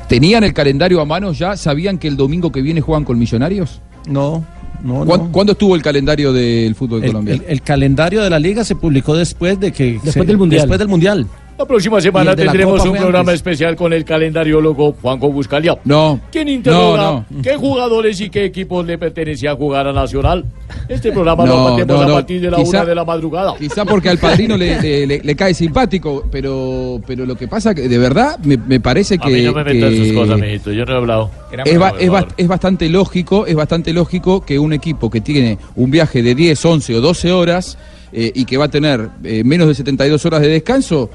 ¿tenían el calendario a mano ya? ¿Sabían que el domingo que viene juegan con Millonarios? No, no, ¿Cuándo, estuvo el calendario del fútbol El, colombiano? el- el calendario de la liga se publicó después de que Después se- del Mundial. Después del mundial. La próxima Y semana el de la tendremos Copa un fue programa antes. especial con el calendariólogo Juanjo Buscalia. No. ¿Quién interroga No, no. qué jugadores y qué equipos le pertenecía a jugar a Nacional? Este programa No, lo mantemos no, no. a partir de la Quizá- una de la madrugada. Quizá porque al padrino le, le- le- le cae simpático, pero, pero lo que pasa que de verdad me, me parece que... a mí no me metan que- sus cosas, amiguito. Yo no he hablado. Es, ba- es ba- es bastante lógico, es bastante lógico que un equipo que tiene un viaje de 10, 11 o 12 horas eh, y que va a tener eh, menos de 72 horas de descanso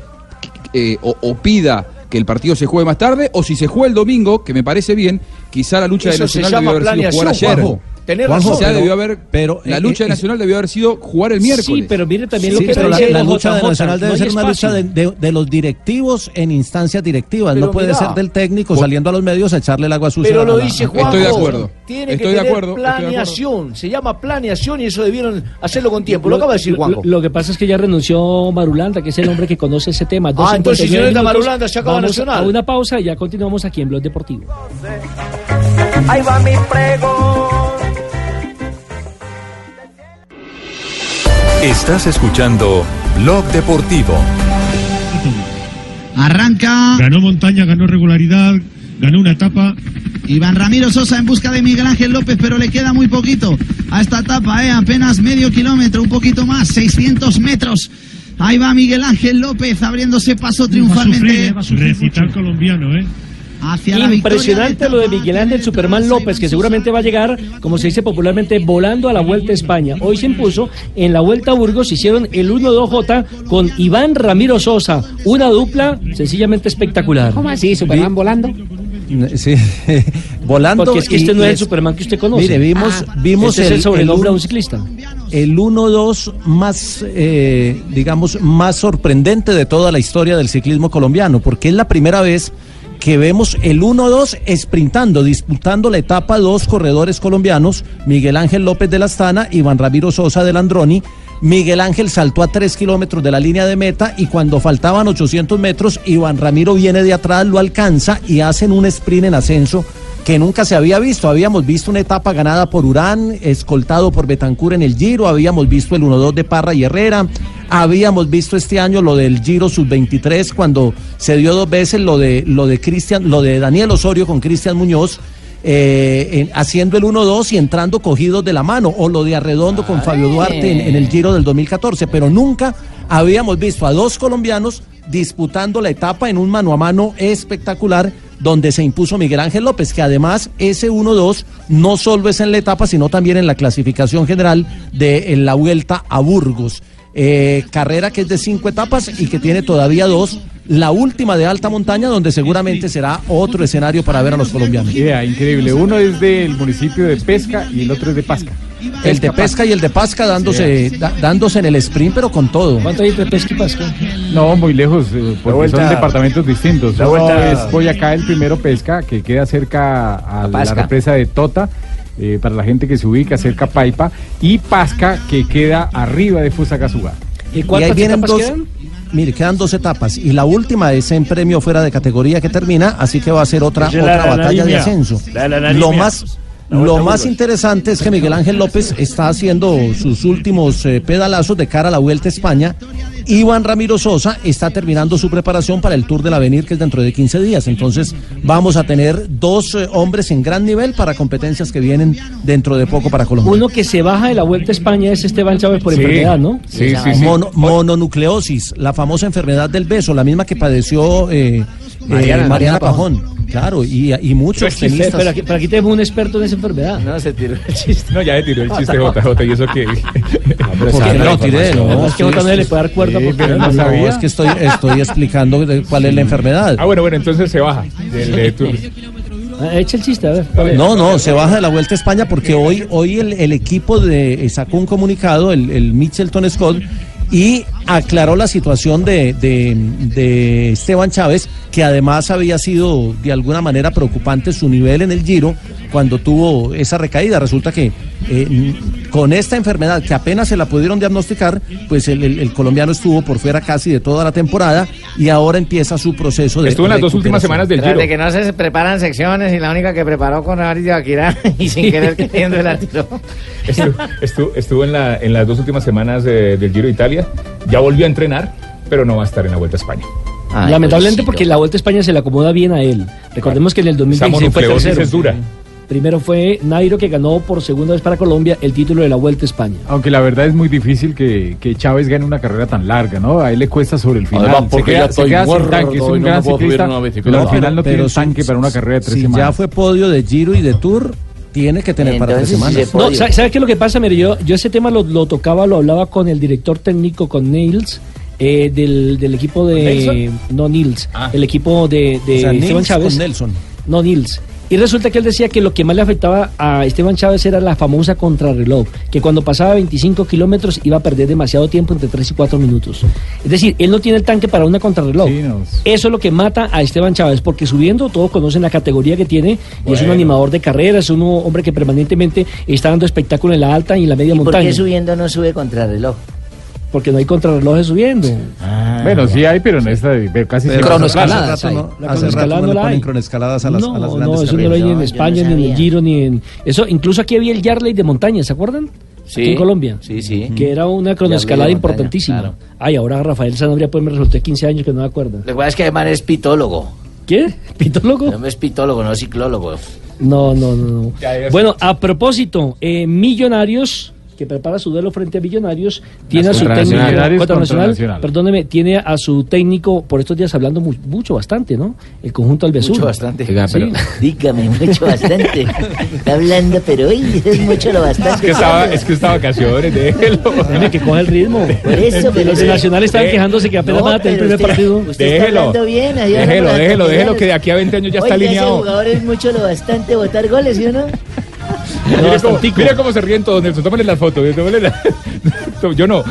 eh, o, o pida que el partido se juegue más tarde o si se juega el domingo, que me parece bien, quizá la lucha de Eso se Nacional llama debió haber sido jugar planeación, ayer. Juanjo. Tenés razón, Quizá pero- debió haber pero, la eh, lucha de eh, Nacional debió haber sido jugar el miércoles. Sí, pero mire también Sí, lo que pero la, dice la JJ, lucha de Nacional no debe hay ser una lucha espacio. de, de- de los directivos en instancias directivas. Pero no puede mirá. ser del técnico saliendo a los medios a echarle el agua sucia. a Pero la- lo a la- dice Juan. Tiene que tener planeación. Se llama planeación y eso debieron hacerlo con tiempo. Lo, acaba de decir lo- Juanjo. Lo que pasa es que ya renunció Marulanda, que es el hombre que conoce ese tema. Ah, entonces, si no 2.59 entra minutos. Marulanda, se acaba Vamos Nacional. A una pausa y ya continuamos aquí en Blog Deportivo. Ahí va mi prego. Estás escuchando Blog Deportivo. Arranca. Ganó montaña, ganó regularidad, ganó una etapa. Iván Ramiro Sosa en busca de Miguel Ángel López, pero le queda muy poquito a esta etapa, ¿eh? apenas medio kilómetro, un poquito más, 600 metros. Ahí va Miguel Ángel López abriéndose paso eh, triunfalmente Recital colombiano, ¿eh? hacia la victoria. Impresionante lo de Miguel Ángel Superman López, que seguramente va a llegar, como se dice popularmente, volando a la Vuelta a España. Hoy se impuso en la Vuelta a Burgos, hicieron el 1-2J con Iván Ramiro Sosa. Una dupla sencillamente espectacular. ¿Cómo así? ¿Superman volando? Sí, volando. Porque es que y- este no y es el Superman que usted conoce. Mire, vimos, Ah. vimos Este es el sobrenombre a un un- ciclista. el 1-2 más, eh, digamos, más sorprendente de toda la historia del ciclismo colombiano, porque es la primera vez que vemos el 1-2 sprintando, disputando la etapa dos corredores colombianos, Miguel Ángel López de la Astana, Iván Ramiro Sosa del Androni. Miguel Ángel saltó a 3 kilómetros de la línea de meta y cuando faltaban 800 metros, Iván Ramiro viene de atrás, lo alcanza y hacen un sprint en ascenso que nunca se había visto. Habíamos visto una etapa ganada por Urán, escoltado por Betancur en el Giro, habíamos visto el 1-2 de Parra y Herrera, habíamos visto este año lo del Giro Sub-23 cuando se dio dos veces lo de lo de Cristian, lo de Daniel Osorio con Cristian Muñoz. eh, en- haciendo el 1-2 y entrando cogidos de la mano, o lo de Arredondo con Fabio Duarte en- en el Giro del 2014, pero nunca habíamos visto a dos colombianos disputando la etapa en un mano a mano espectacular donde se impuso Miguel Ángel López, que además ese 1-2 no solo es en la etapa, sino también en la clasificación general de en la vuelta a Burgos. Eh, carrera que es de cinco etapas y que tiene todavía dos, la última de alta montaña, donde seguramente será otro escenario para ver a los colombianos. Idea increíble. Uno es del municipio de Pesca y el otro es de Pasca. El de Pesca y el de Pasca dándose, da- dándose en el sprint, pero con todo. ¿Cuánto hay entre Pesca y Pasca? No, muy lejos, eh, porque vuelta- son departamentos distintos. la Uno vuelta- es Boyacá, el primero Pesca, que queda cerca a la Pasca. represa de Tota, eh, para la gente que se ubica cerca a Paipa, y Pasca, que queda arriba de Fusagasugá. ¿Y ahí vienen dos- Mire, quedan dos etapas y la última es en premio fuera de categoría que termina, así que va a ser otra, Esa es otra la de la batalla de Naribia. ascenso. La de la Naribia. Lo más, La vuelta lo a más Burgos. interesante es que Miguel Ángel López está haciendo sus últimos eh, pedalazos de cara a la Vuelta a España. Iván Ramiro Sosa está terminando su preparación para el Tour del Avenir, que es dentro de 15 días. Entonces vamos a tener dos eh, hombres en gran nivel para competencias que vienen dentro de poco para Colombia. Uno que se baja de la Vuelta a España es Esteban Chávez por enfermedad, ¿no? Mono- mononucleosis, la famosa enfermedad del beso, la misma que padeció eh, eh, Mariana, Mariana Pajón. Claro, y, y muchos tenistas. Pero aquí, pero aquí tenemos un experto en esa enfermedad. No, se tiró el chiste. No, ya le tiró el Este chiste JJ y eso que... ¿Por qué sabe no la lo tiré? información. No, Es que sí, Jota no sí, le puede dar cuerda sí, porque pero no no, sabía. es que estoy, estoy explicando de cuál es la enfermedad. Ah, bueno, bueno, entonces se baja del de Tour. Ah, Echa el chiste, a ver. ¿cuál es? No, no, se baja de la Vuelta a España porque hoy, hoy el, el equipo de, eh, sacó un comunicado, el, el Mitchelton Scott, y aclaró la situación de, de- de Esteban Chávez, que además había sido de alguna manera preocupante su nivel en el Giro cuando tuvo esa recaída. Resulta que eh, con esta enfermedad que apenas se la pudieron diagnosticar, pues el, el- el colombiano estuvo por fuera casi de toda la temporada y ahora empieza su proceso de Estuvo en las dos últimas semanas del recuperación. Tras de que no se preparan secciones y la única que preparó con Ari de Akira y sin querer queriendo la tiró. Estuvo, estuvo- estuvo en, la- en las dos últimas semanas eh, del Giro de Italia. Ya volvió a entrenar, pero no va a estar en la Vuelta a España. Lamentablemente porque la Vuelta a España se le acomoda bien a él. Recordemos que en el Esa 2016 fue monoflebosis tercero. es dura. Primero fue Nairo que ganó por segunda vez para Colombia el título de la Vuelta a España. Aunque la verdad es muy difícil que, que Chávez gane una carrera tan larga, ¿no? A él le cuesta sobre el final. Además, se porque ya queda, se estoy queda sin muerto tanque, es y un no gran puedo subir ciclista, en una pero bicicleta. al No, final no pero tiene si- tanque para una carrera de tres si semanas. ya fue podio de Giro y de Tour, tiene que tener para tres semanas. No, ¿sabes sabe qué es lo que pasa? Mire, yo, yo ese tema lo, lo tocaba, lo hablaba con el director técnico, con Nils, eh, del, del equipo de... ¿Nelson? No, Nils. El equipo de, de O sea, Esteban Nils Chávez. con Nelson. No, Nils. Y resulta que él decía que lo que más le afectaba a Esteban Chávez era la famosa contrarreloj, que cuando pasaba 25 kilómetros iba a perder demasiado tiempo entre 3 y 4 minutos. Es decir, él no tiene el tanque para una contrarreloj. Eso es lo que mata a Esteban Chávez, porque subiendo todos conocen la categoría que tiene y es un Bueno. animador de carreras, es un hombre que permanentemente está dando espectáculo en la alta y en la media ¿Y por montaña. qué subiendo no sube contra reloj? Porque no hay contrarrelojes subiendo. Bueno, sí hay, pero en esta pero casi Ah. Pero se cronoescaladas hace rato, hay. La cronoescalada no la hay. cronoescaladas a las- no, a las No, grandes eso no lo hay ni en carreras. España, No, yo no ni en el sabía. Giro, ni en. Eso, incluso aquí había el Yarley de montaña, ¿se acuerdan? Sí. Aquí en Colombia. Sí, sí. Que era una Yarley cronoescalada de montaña, importantísima. claro. Ay, ahora Rafael Sanabria pues me resultó de 15 años que no me acuerdo. Lo que pasa es que además es pitólogo. ¿Qué? ¿Pitólogo? No es pitólogo, no es ciclólogo. No, no, no. no. Bueno, a propósito, eh, Millonarios que prepara su duelo frente a Millonarios, tiene a su Nacional. técnico Millonarios contra contra Nacional, Nacional. perdóneme, tiene a su técnico por estos días hablando mu- mucho bastante, ¿no? El conjunto al Mucho bastante. Oiga, pero- dígame mucho bastante. Está hablando, pero hoy es mucho lo bastante. Es que estaba, es que estaba vacaciones, déjelo. Tiene que coger el ritmo. Por eso, pero Los sí. de Nacional estaban Eh, quejándose que apenas no, van a tener el pero primer partido. usted está hablando bien, ahí hablando Déjelo, de déjelo, actividades. déjelo, que de aquí a 20 años ya Oiga, está Ese alineado. jugador es mucho lo bastante votar goles, ¿sí o no? Mira cómo, mira cómo se ríen todos, Nelson. Tómale las fotos. tómale la- Yo no.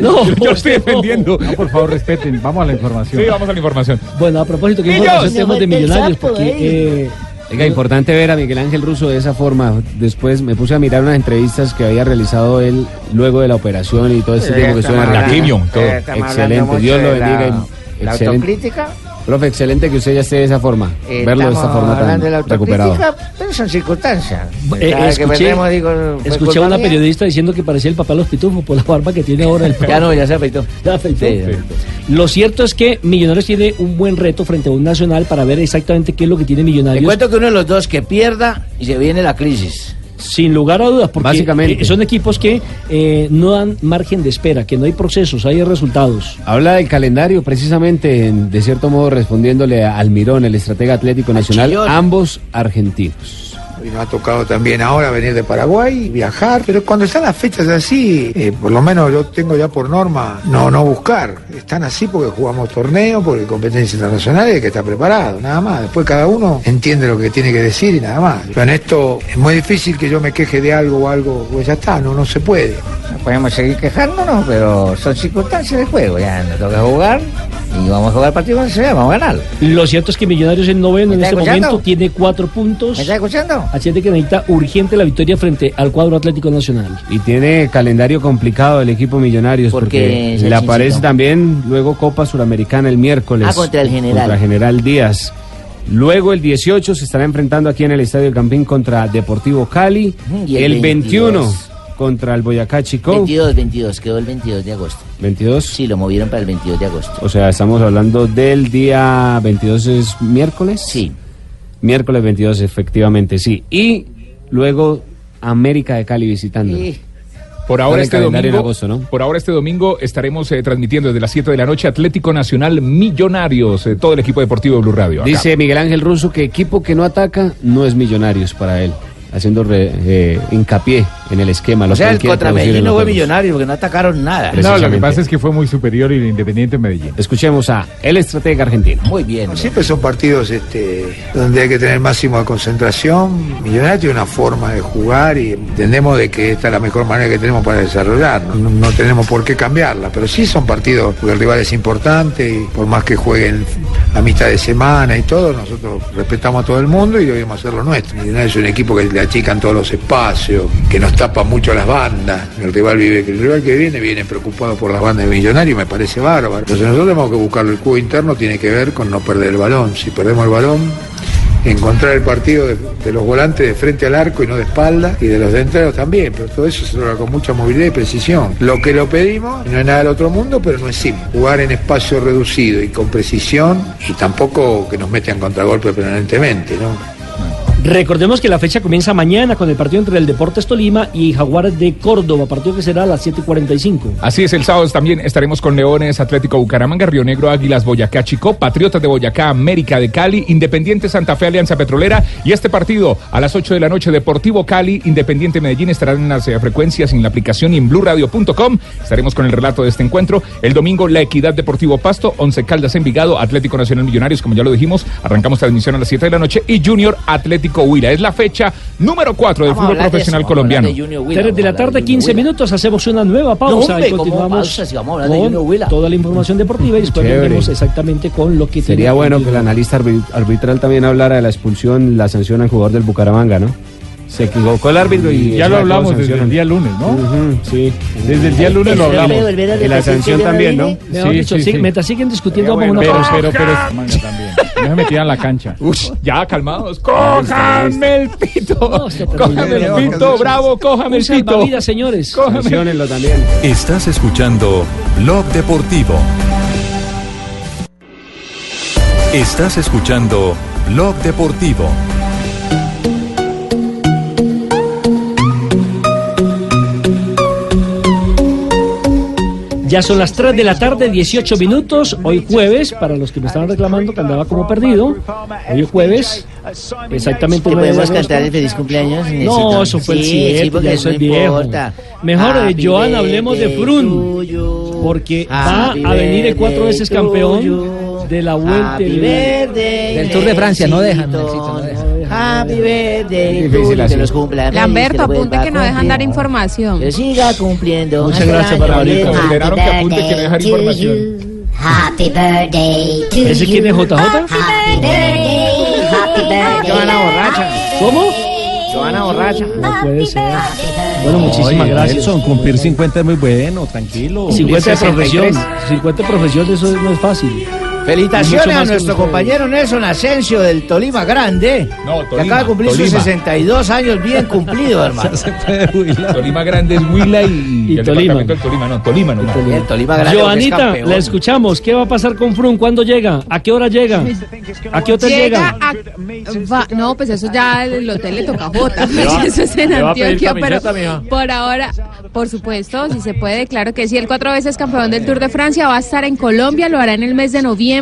No, yo, yo estoy defendiendo. por favor, respeten. Vamos a la información. Sí, vamos a la información. Bueno, a propósito, que Millos. información tenemos de Me falta el Millonarios? sapo, Porque, eh. eh, Oiga, importante ver a Miguel Ángel Russo de esa forma. Después me puse a mirar unas entrevistas que había realizado él luego de la operación y todo este Eh, tiempo que estamos estuvo en hablando- Argentina. eh, estamos hablando Excelente, mucho Dios lo de la- bendiga. y La Excelente. autocrítica. Profe, excelente que usted ya esté de esa forma. verlo de esta Eh, Estamos forma tan hablando de la recuperado. autocrítica, pero son circunstancias. Pues Eh, Cada vez que escuché, perdemos, digo, fue escuché a culpa una mía. periodista diciendo que parecía el papá de los pitufos por la barba que tiene ahora. El Ya no, ya se afeitó. Ya afeitó. Sí, ya Lo cierto es que Millonarios tiene un buen reto frente a un Nacional para ver exactamente qué es lo que tiene Te Millonarios. cuento que uno de los dos que pierda y se viene la crisis. Sin lugar a dudas, porque Básicamente. eh, son equipos que eh, no dan margen de espera, que no hay procesos, hay resultados. Habla del calendario, precisamente, en- de cierto modo respondiéndole a Almirón, el estratega atlético nacional, ambos argentinos. Y nos ha tocado también ahora venir de Paraguay, viajar, pero cuando están las fechas así, eh, por lo menos yo tengo ya por norma no, no buscar. Están así porque jugamos torneos, porque competencia internacional y el que está preparado, nada más. Después cada uno entiende lo que tiene que decir y nada más. Pero en esto es muy difícil que yo me queje de algo o algo, pues ya está, no, no se puede. Podemos seguir quejándonos, pero son circunstancias del juego. Ya nos toca jugar y vamos a jugar partido cuando sea, vamos a ganar. Lo cierto es que Millonarios es noveno en está este escuchando? momento, tiene cuatro puntos. ¿Me está escuchando? Así es de que necesita urgente la victoria frente al cuadro Atlético Nacional. Y tiene calendario complicado el equipo Millonarios Porque porque, se le chincitó. aparece también luego Copa Suramericana el miércoles. Ah, contra el General. Contra General Díaz. Luego el 18 se estará enfrentando aquí en el Estadio del Campín contra Deportivo Cali. Y el, el 21 22. contra el Boyacá Chico. 22, 22, quedó el 22 de agosto. 22. Sí, lo movieron para el 22 de agosto. O sea, estamos hablando del día 22 es miércoles. Sí. Miércoles 22 efectivamente, sí. Y luego América de Cali visitando. Por Con ahora, el este calendario domingo, en agosto, ¿no? por ahora este domingo estaremos eh, transmitiendo desde las 7 de la noche Atlético Nacional Millonarios, eh, todo el equipo deportivo de Blue Radio. acá. Dice Miguel Ángel Russo que equipo que no ataca no es Millonarios para él, haciendo re- eh, hincapié en el esquema. lo O sea, que él el quiere contra producir en Medellín los no fue juegos. millonario porque no atacaron nada. No, lo que Precisamente. pasa es que fue muy superior el Independiente Medellín. Escuchemos a el estratega argentino. Muy bien. Siempre son partidos este, donde hay que tener máximo de concentración. Millonarios tiene una forma de jugar y entendemos de que esta es la mejor manera que tenemos para desarrollar. No, no tenemos por qué cambiarla, pero sí son partidos porque el rival es importante y por más que jueguen la mitad de semana y todo, nosotros respetamos a todo el mundo y debemos hacer lo nuestro. Millonarios es un equipo que le achican todos los espacios, que nos tapa mucho las bandas. El rival vive, el rival que viene viene preocupado por las bandas de Millonarios, me parece bárbaro. Entonces nosotros tenemos que buscarlo. El cubo interno tiene que ver con no perder el balón. Si perdemos el balón, encontrar el partido de, de los volantes de frente al arco y no de espalda y de los delanteros también, pero todo eso se logra con mucha movilidad y precisión. Lo que lo pedimos no es nada del otro mundo, pero no es simple. Jugar en espacio reducido y con precisión y tampoco que nos metan contragolpe permanentemente, ¿no? Recordemos que la fecha comienza mañana con el partido entre el Deportes Tolima y Jaguares de Córdoba, partido que será a las 7.45. Así es, el sábado también estaremos con Leones, Atlético Bucaramanga, Río Negro, Águilas, Boyacá, Chico, Patriotas de Boyacá, América de Cali, Independiente Santa Fe, Alianza Petrolera y este partido a las 8 de la noche, Deportivo Cali, Independiente Medellín estarán en las eh, frecuencias en la aplicación y en blurradio.com. Estaremos con el relato de este encuentro. El domingo, La Equidad Deportivo Pasto, Once Caldas Envigado, Atlético Nacional Millonarios, como ya lo dijimos, arrancamos transmisión a las 7 de la noche y Junior Atlético Huila. Es la fecha número 4 del Vamos a fútbol hablar de profesional eso, vamos a hablar colombiano. de Junior Huila, 3 de la tarde, 15 minutos, hacemos una nueva pausa hombre, y ¿cómo continuamos pausa si vamos a hablar de con Junior Huila? toda la información deportiva y después Chévere. veremos exactamente con lo que Sería tiene bueno que el analista arbi- arbitral también hablara de la expulsión, la sanción al jugador del Bucaramanga, ¿no? Se equivocó el árbitro y... Ya lo sacó hablamos desde sanción. el día lunes, ¿no? Sí, desde el día lunes lo Eso hablamos. debe volver a Y la repetir, sanción ya no también, ¿no? viene. Mejor dicho, sí, mientras siguen discutiendo, vamos a una pero, pausa. pero, pero, Maña también. No se metían a la cancha. ya, calmados. ¡Cójanme el pito! ¡Cójame el pito, bravo! ¡Cójame el pito! señores. Sanciónenlo también. Estás escuchando Blog Deportivo. Estás escuchando Blog Deportivo. Ya son las 3 de la tarde, 18 minutos. Hoy jueves, para los que me estaban reclamando que andaba como perdido, hoy es jueves, exactamente ¿Te nueve de podemos agosto. cantar el feliz cumpleaños? No, eso fue el sí, siguiente, sí, porque ya eso soy no viejo. importa. Mejor, eh, Happy Joan, hablemos de birthday Frun, porque va Happy a venir el cuatro birthday veces to campeón de la Vuelta. Happy birthday, Del Tour de Francia, no dejan, Happy Es birthday, difícil tú, y que así. los cumpla. feliz, que Lamberto, los apunte vuelva que a no dejan dar cumplir. información. Que siga cumpliendo. Muchas años, gracias, Barbarita. años. Ordinaron que apunte que no dejar Happy birthday información. to you. Happy birthday to ¿Ese quién es you. JJ? Happy birthday, happy birthday. Joana borracha. ¿Cómo? Joana borracha. No puede ser. Bueno, muchísimas Oye, gracias. Nelson, cumplir 50 es muy bueno, tranquilo. 50 de profesión, 50 de profesión, eso no es fácil. Mucho Felicitaciones más a que nuestro ustedes. compañero Nelson Asensio del Tolima Grande. que acaba de cumplir sus Tolima. 62 años bien cumplido, hermano. Tolima Grande es Huila y, el Tolima. departamento del Tolima, no, Tolima nomás. El Tolima Joanita, la escuchamos. ¿Qué va a pasar con Frun? ¿Cuándo llega? ¿A qué hora llega? ¿A qué hotel llega? Llega a- va- no, pues eso ya el hotel le toca a Jota, Le va- eso es en le va a pedir Antioquia, pero camiseta, mija. por ahora, por supuesto, si se puede, claro que sí, el cuatro veces campeón del Tour de Francia va a estar en Colombia, lo hará en el mes de noviembre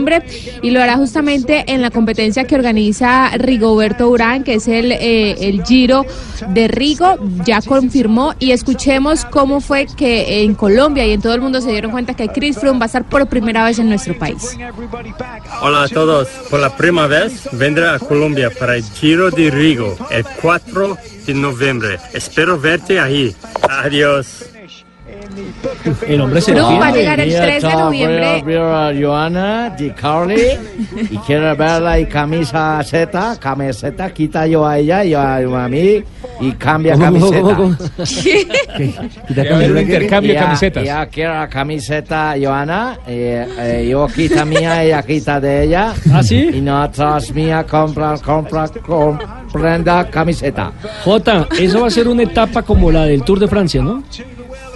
y lo hará justamente en la competencia que organiza Rigoberto Urán, que es el, eh, el Giro de Rigo, ya confirmó y escuchemos cómo fue que en Colombia y en todo el mundo se dieron cuenta que Chris Froome va a estar por primera vez en nuestro país. Hola a todos. Por la primera vez vendré a Colombia para el Giro de Rigo el 4 de noviembre. Espero verte ahí. Adiós. El hombre se Grupo va a defiende. llegar el 3 de noviembre. Veo a Joana Di Carli y quiero verla y camisa Z, camiseta, quita yo a ella y yo a, a mí y cambia ¿Cómo, cómo, camiseta. cómo, Ya camiseta, quiero ¿qué? intercambio de Ya- camisetas. ya quiero la camiseta Joana, eh, eh, yo quita mía, ella quita de ella. ¿Ah, sí? Y nosotros mía compra, compra, comprenda camiseta. Jota, eso va a ser una etapa como la del Tour de Francia, ¿no?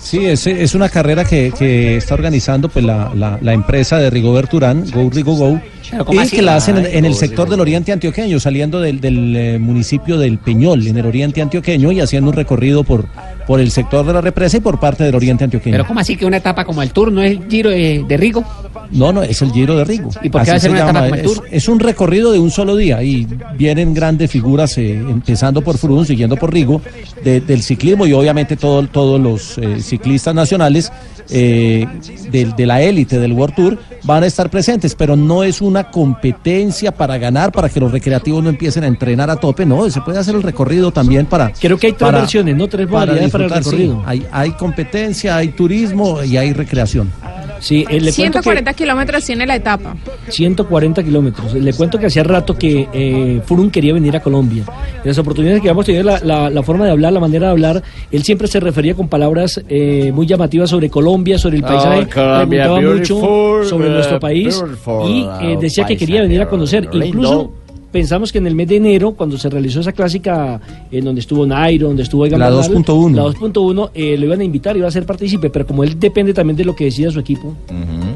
Sí, es, es una carrera que, que está organizando pues la, la- la empresa de Rigoberto Urán, Go Rigo Go, Pero, ¿cómo y así? que la hacen en, Ay, en el Go sector del oriente antioqueño, saliendo del, del, eh, municipio del Peñol, en el oriente antioqueño, y haciendo un recorrido por, por el sector de la represa y por parte del oriente antioqueño. Pero ¿cómo así que una etapa como el Tour no es el Giro de, de Rigo? No, no, es el Giro de Rigo. ¿Y por qué Así va a ser se una etapa llama, como el es, Tour? es un recorrido de un solo día y vienen grandes figuras, eh, empezando por Frun, siguiendo por Rigo, de- del ciclismo y obviamente todo- todos los eh, ciclistas nacionales eh, del- de la élite del World Tour van a estar presentes, pero no es una competencia para ganar, para que los recreativos no empiecen a entrenar a tope, no, se puede hacer el recorrido también para... Creo que hay tres para- versiones, ¿no? Tres para modalidades para el disfrutar, sí. recorrido. hay, hay competencia, hay turismo y hay recreación. Sí, eh, le cuento que 140 kilómetros tiene la etapa. 140 kilómetros. Le cuento que hacía rato que eh, Furun quería venir a Colombia. En las oportunidades que habíamos tenido, la, la- la forma de hablar, la manera de hablar, él siempre se refería con palabras eh, muy llamativas sobre Colombia, sobre el Oh, paisaje. Colombia, preguntaba mucho beautiful, sobre eh, nuestro país beautiful, y eh, oh, decía que quería paisaje venir a conocer. lindo. Incluso pensamos que en el mes de enero, cuando se realizó esa clásica en donde estuvo Nairo, donde estuvo Egan La Bernal, 2.1. la 2.1, eh, lo iban a invitar, iba a ser partícipe, pero como él depende también de lo que decida su equipo.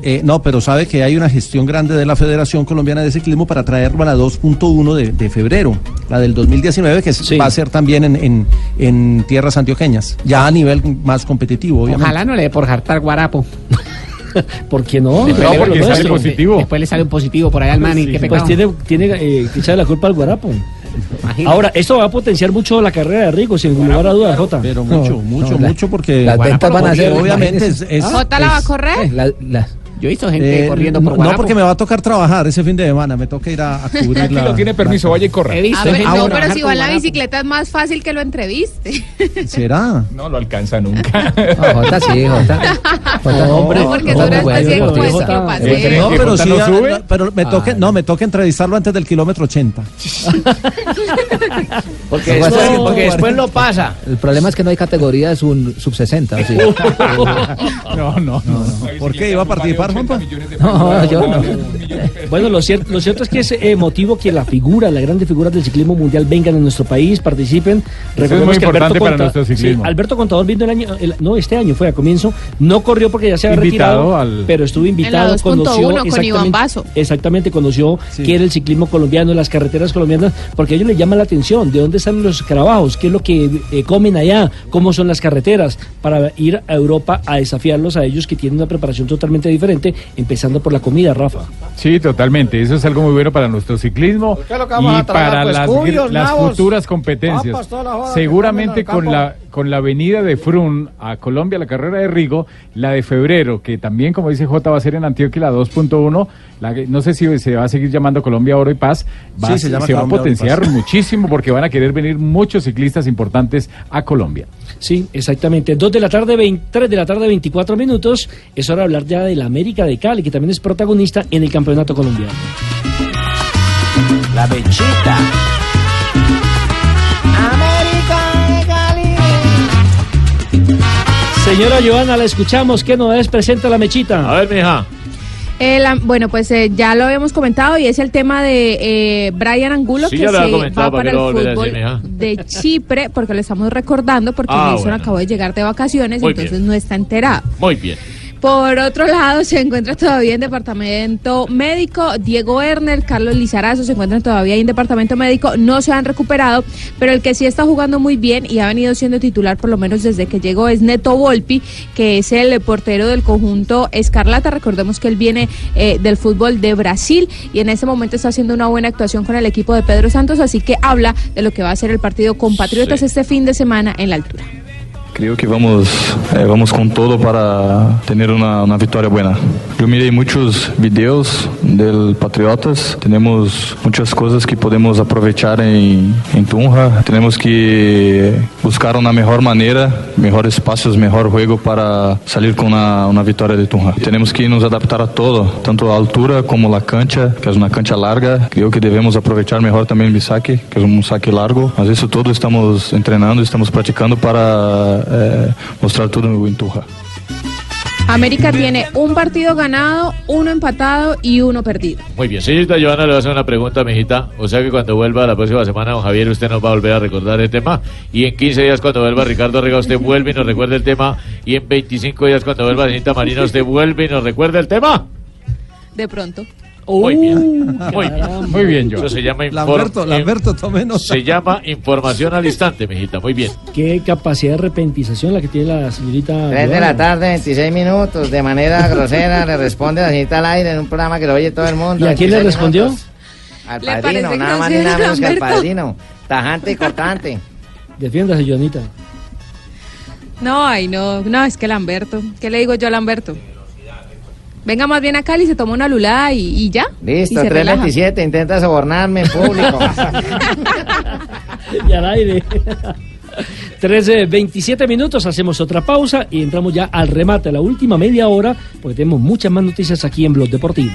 Eh, no, pero sabe que hay una gestión grande de la Federación Colombiana de Ciclismo para traerlo a la 2.1 de, de febrero, la del 2019, que va a ser también en, en- en tierras antioqueñas, ya a nivel más competitivo, obviamente. Ojalá no le dé por jartar guarapo. ¿Por qué no? Después No, le- porque lo sale nuestro. positivo. Después le sale un positivo por allá al man y qué pues pecado. tiene, tiene eh, que echarle la culpa al Guarapo. Ahora, esto va a potenciar mucho la carrera de Rigo, sin lugar a dudas, Jota. Pero mucho, mucho, mucho, porque las ventas van a ser, obviamente es, imagínese. es- ¿Jota la va a Eh, correr? Yo he visto eh, no, No, porque me va a tocar trabajar ese fin de semana, me toca ir a, a cubrir la... Tranquilo, tiene permiso, vaya y corra. He visto Ah, pero, Ah, no, bueno, pero bajar si por va en la Guanapo. bicicleta es más fácil que lo entreviste. ¿Será? No lo alcanza nunca. Jota sí, Jota. No, porque tú eres así pues, de cuesta, lo pasé. No, pero sí, ¿No sube? no, pero me toca, no, me toca entrevistarlo antes del kilómetro 80. Porque, No, después, no, porque no, después no pasa. El problema es que no hay categoría es un sub 60. así. No, no, no. ¿Por qué iba a participar, Juanpa? No, yo no. Bueno, lo cierto, lo cierto es que es eh, motivo que la figura, las grandes figuras del ciclismo mundial vengan a nuestro país, participen. es Recordemos muy que importante para Conta- nuestro ciclismo. sí, Alberto Contador vino el año, el- no, este año fue a comienzo, no corrió porque ya se había Invitado retirado, al- pero estuvo invitado, 2.1 conoció con exactamente- Iván Basso. Exactamente, conoció qué era el ciclismo colombiano, las carreteras colombianas, porque a ellos les llama la atención, de dónde salen los escarabajos, qué es lo que eh, comen allá, cómo son las carreteras, para ir a Europa a desafiarlos a ellos que tienen una preparación totalmente diferente, empezando por la comida, Rafa. Sí, totalmente. Eso es algo muy bueno para nuestro ciclismo es lo que vamos y a tragar, para pues, las, cuyos, las nabos, futuras competencias. papas, toda la joda que Seguramente comen en el con la con la venida de Frun a Colombia, la carrera de Rigo, la de febrero, que también, como dice J, va a ser en Antioquia la 2.1. La, que- no sé si se va a seguir llamando Colombia Oro y Paz. Va, Sí, a- se se, llama va a Colombia Oro y Paz. potenciar muchísimo porque van a querer venir muchos ciclistas importantes a Colombia. Sí, exactamente. 2 de la tarde, 20 3 de la tarde, 24 minutos. Es hora de hablar ya de la América de Cali, que también es protagonista en el campeonato colombiano. La bechita. América de Cali. Señora Joana, la escuchamos. ¿Qué novedades presenta la mechita? A ver, mija. El am- bueno, pues eh, ya lo habíamos comentado y es el tema de eh, Brian Angulo Sí, que ya se lo había comentado, va ¿para para qué el lo volveré a fútbol decir, mija? de Chipre porque lo estamos recordando porque Ah, Nelson bueno. acabó de llegar de vacaciones, Muy entonces bien. no está enterado. Muy bien. Por otro lado, se encuentra todavía en departamento médico. Diego Werner, Carlos Lizarazo se encuentran todavía ahí en departamento médico. No se han recuperado, pero el que sí está jugando muy bien y ha venido siendo titular por lo menos desde que llegó es Neto Volpi, que es el portero del conjunto Escarlata. Recordemos que él viene eh, del fútbol de Brasil y en este momento está haciendo una buena actuación con el equipo de Pedro Santos, así que habla de lo que va a ser el partido con Patriotas este fin de semana en la altura. Creo que vamos, eh, vamos con todo para tener una, una victoria buena. Yo miré muchos videos del Patriotas, tenemos muchas cosas que podemos aprovechar en, en Tunja, tenemos que buscar una mejor manera, mejores espacios, mejor juego para salir con una, una victoria de Tunja. Tenemos que nos adaptar a todo, tanto a altura como la cancha, que es una cancha larga. Creo que debemos aprovechar mejor también mi saque, que es un saque largo. Mas isso todo estamos entrenando, estamos praticando para eh, mostrar tudo em Tunja. América tiene un partido ganado, uno empatado y uno perdido. Muy bien. Señorita Joana, le voy a hacer una pregunta, mijita. O sea que cuando vuelva la próxima semana, don Javier, usted nos va a volver a recordar el tema. Y en 15 días, cuando vuelva Ricardo Rega, usted vuelve y nos recuerda el tema. Y en 25 días, cuando vuelva Cinta Marina, usted vuelve y nos recuerda el tema. De pronto. Uh. Muy bien. Muy bien. Muy bien, Eso se llama inform- Lamberto, in- Lamberto, tome nota. Se llama información al instante, mijita. Muy bien. Qué capacidad de repentización la que tiene la señorita. 3 de Joana. la tarde, 26 minutos, de manera grosera le responde la señorita al aire en un programa que lo oye todo el mundo. ¿Y a quién le 26 respondió? minutos. Al ¿Le padrino, parece nada más ni grosero, nada menos que al Lamberto? padrino. Tajante y cortante. Defiéndase, Joanita. No, ay, no, no, es que Lamberto. ¿Qué le digo yo a Lamberto? Venga más bien a Cali, se toma una lulada y, y ya. Y Listo, se relaja. 327, intenta sobornarme en público. Y al aire. 13, 27 minutos, hacemos otra pausa y entramos ya al remate, a la última media hora, porque tenemos muchas más noticias aquí en Blog Deportivo.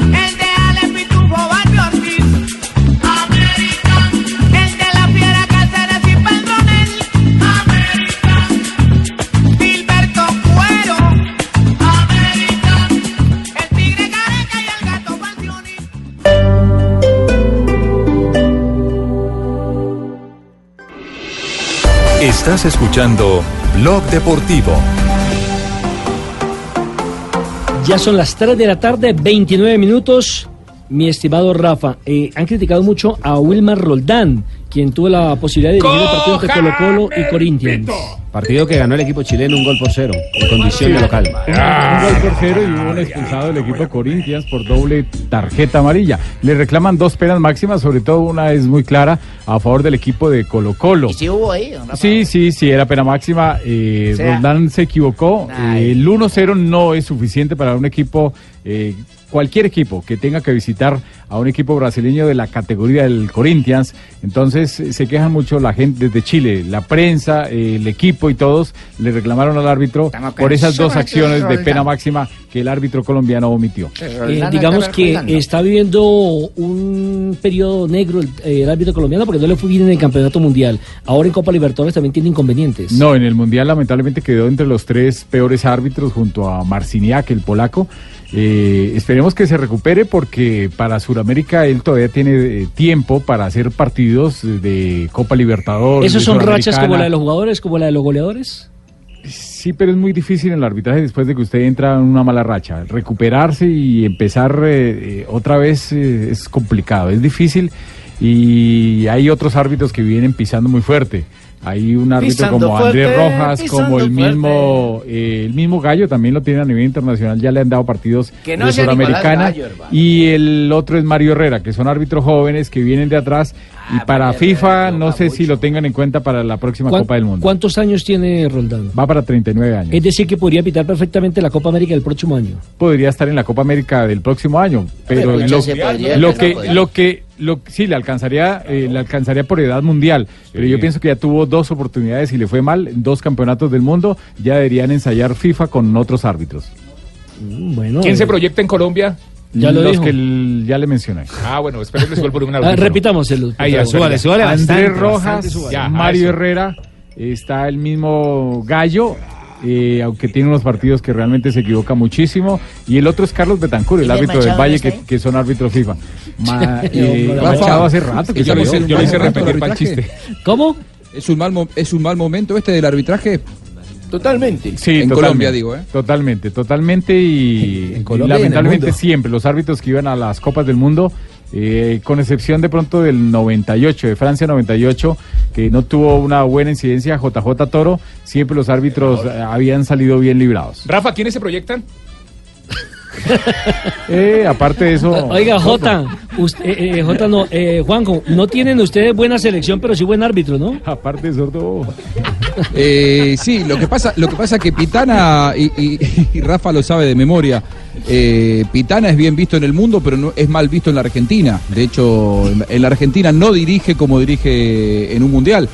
El de Alex Pitufo, Barrio Ortiz. América. El de la fiera Cáceres y Pedronel. América. Gilberto Cuero. América. El tigre Careca y el gato Pantioni. Estás escuchando Blog Deportivo. Ya son las 3 de la tarde, 29 minutos. Mi estimado Rafa, eh, han criticado mucho a Wilmar Roldán, quien tuvo la posibilidad de dirigir los partidos de Colo Colo y Corinthians. Partido que ganó el equipo chileno un gol por cero, en condición de local. Ah. Ah, Un gol por cero y hubo un expulsado del equipo Corinthians por doble tarjeta amarilla. Le reclaman dos penas máximas, sobre todo una es muy clara a favor del equipo de Colo Colo. ¿Y si hubo ahí? don Rafa? Sí, sí, sí, era pena máxima. Eh, O sea, Roldán se equivocó. Eh, el 1-0 no es suficiente para un equipo, eh, cualquier equipo que tenga que visitar a un equipo brasileño de la categoría del Corinthians. Entonces eh, se quejan mucho la gente desde Chile, la prensa, eh, el equipo y todos le reclamaron al árbitro por esas dos cansados de acciones de Roldán. pena máxima que el árbitro colombiano omitió. Eh, digamos que está viviendo un periodo negro el, eh, el árbitro colombiano porque no le fue bien en el campeonato mundial. Ahora en Copa Libertadores también tiene inconvenientes. No, en el Mundial lamentablemente quedó entre los tres peores árbitros junto a Marciniak, el polaco. Eh, esperemos que se recupere porque para Sudamérica él todavía tiene eh, tiempo para hacer partidos de Copa Libertadores. ¿Esos de son rachas como Suramericana. la de los jugadores, como la de los goleadores? Sí, pero es muy difícil en el arbitraje después de que usted entra en una mala racha. Recuperarse y empezar eh, eh, otra vez eh, es complicado, es difícil. Y hay otros árbitros que vienen pisando muy fuerte. Hay un árbitro Pisando como Andrés fuerte, Rojas, como el pisando mismo eh, el mismo Gallo, también lo tiene a nivel internacional, ya le han dado partidos Que no de sea Nicolás Suramericana. Gallo, hermano. y el otro es Mario Herrera, que son árbitros jóvenes que vienen de atrás. Ah, y para FIFA, no sé si lo tengan en cuenta para la próxima ¿Cuán- Copa del Mundo. ¿Cuántos años tiene Roldán? Va para 39 años. Es decir, que podría pitar perfectamente la Copa América del próximo año. podría estar en la Copa América del próximo año, Pero pero, pues, pues ya lo, se podría, lo ya se que podría. lo que lo que- sí le alcanzaría eh, le alcanzaría por edad mundial, pero yo pienso que ya tuvo dos oportunidades y le fue mal, dos campeonatos del mundo, ya deberían ensayar FIFA con otros árbitros. Bueno, ¿Quién se proyecta en Colombia? Mm, Ya los que l- ya le mencioné. Ah, bueno, espero que les vuelva un Ah, árbitro. repitamos el- Ahí, el- súbale, súbale Andrés bastante, Rojas, bastante, súbale. ya, Ah, Mario eso. Herrera, está el mismo Gallo, eh, aunque tiene unos partidos que realmente se equivoca muchísimo, y el otro es Carlos Betancur, ¿Y el el árbitro del Machado Valle, no está que, que son árbitros FIFA. Ma- eh, Rafa, Machado hace rato que yo lo salió. hice, yo lo hice repetir para el Arbitraje. chiste. ¿Cómo? Es un mal, mo- es un mal momento este del arbitraje. Totalmente. Sí, En totalmente, Colombia, digo, ¿eh? Totalmente, totalmente y, y Colombia y en el lamentablemente mundo. siempre los árbitros que iban a las copas del mundo, eh, con excepción de pronto del 98, de Francia 98, que no tuvo una buena incidencia JJ Toro, siempre los árbitros eh, habían salido bien librados. Rafa, ¿quiénes se proyectan? Eh, aparte de eso, Oiga, Jota, usted- eh, eh, Jota no, eh, Juanjo, no tienen ustedes buena selección, pero sí buen árbitro, ¿no? Aparte de sordo. Eh, sí, lo que pasa, lo que pasa es que Pitana y, y- y Rafa lo sabe de memoria. eh, Pitana es bien visto en el mundo, pero no, es mal visto en la Argentina. De hecho, en, en la Argentina no dirige como dirige en un mundial.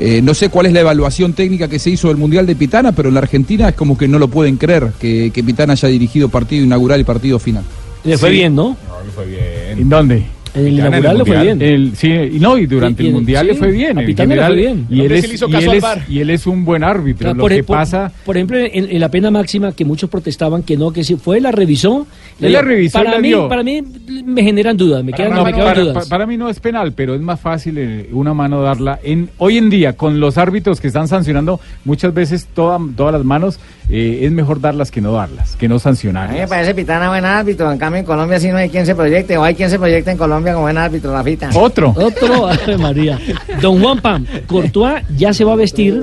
Eh, no sé cuál es la evaluación técnica que se hizo del mundial de Pitana, pero en la Argentina es como que no lo pueden creer que, que Pitana haya dirigido partido inaugural y partido final. Le fue Sí. bien, ¿no? No, le fue bien. ¿En dónde? En el Pitana en el inaugural le fue Mundial. bien. El- sí, y no, y durante Y- y el el- Mundial le sí, fue bien. a en Pitana le fue general, bien. Y él, Hombre, es, sí le hizo y caso él al es- VAR. y él es un buen árbitro. Claro, lo que pasa... Ah, por ejemplo, en, en la pena máxima que muchos protestaban que no, que si fue, la revisó. Él la revisó y Para la mí, dio. para mí me generan dudas, me Para, quedan mí- me quedan para- dudas. pa- para mí no es penal, pero es más fácil eh, una mano darla. En, hoy en día, con los árbitros que están sancionando, muchas veces toda- todas las manos eh, es mejor darlas que no darlas, que A no mí Eh, sancionarlas. me parece Pitana buen árbitro. En cambio, en Colombia sí no hay quien se proyecte. O hay quien se proyecte en Colombia como buen árbitro, Rafita. Otro. Otro, Ave María. Don Juan Pam, Courtois ya se va a vestir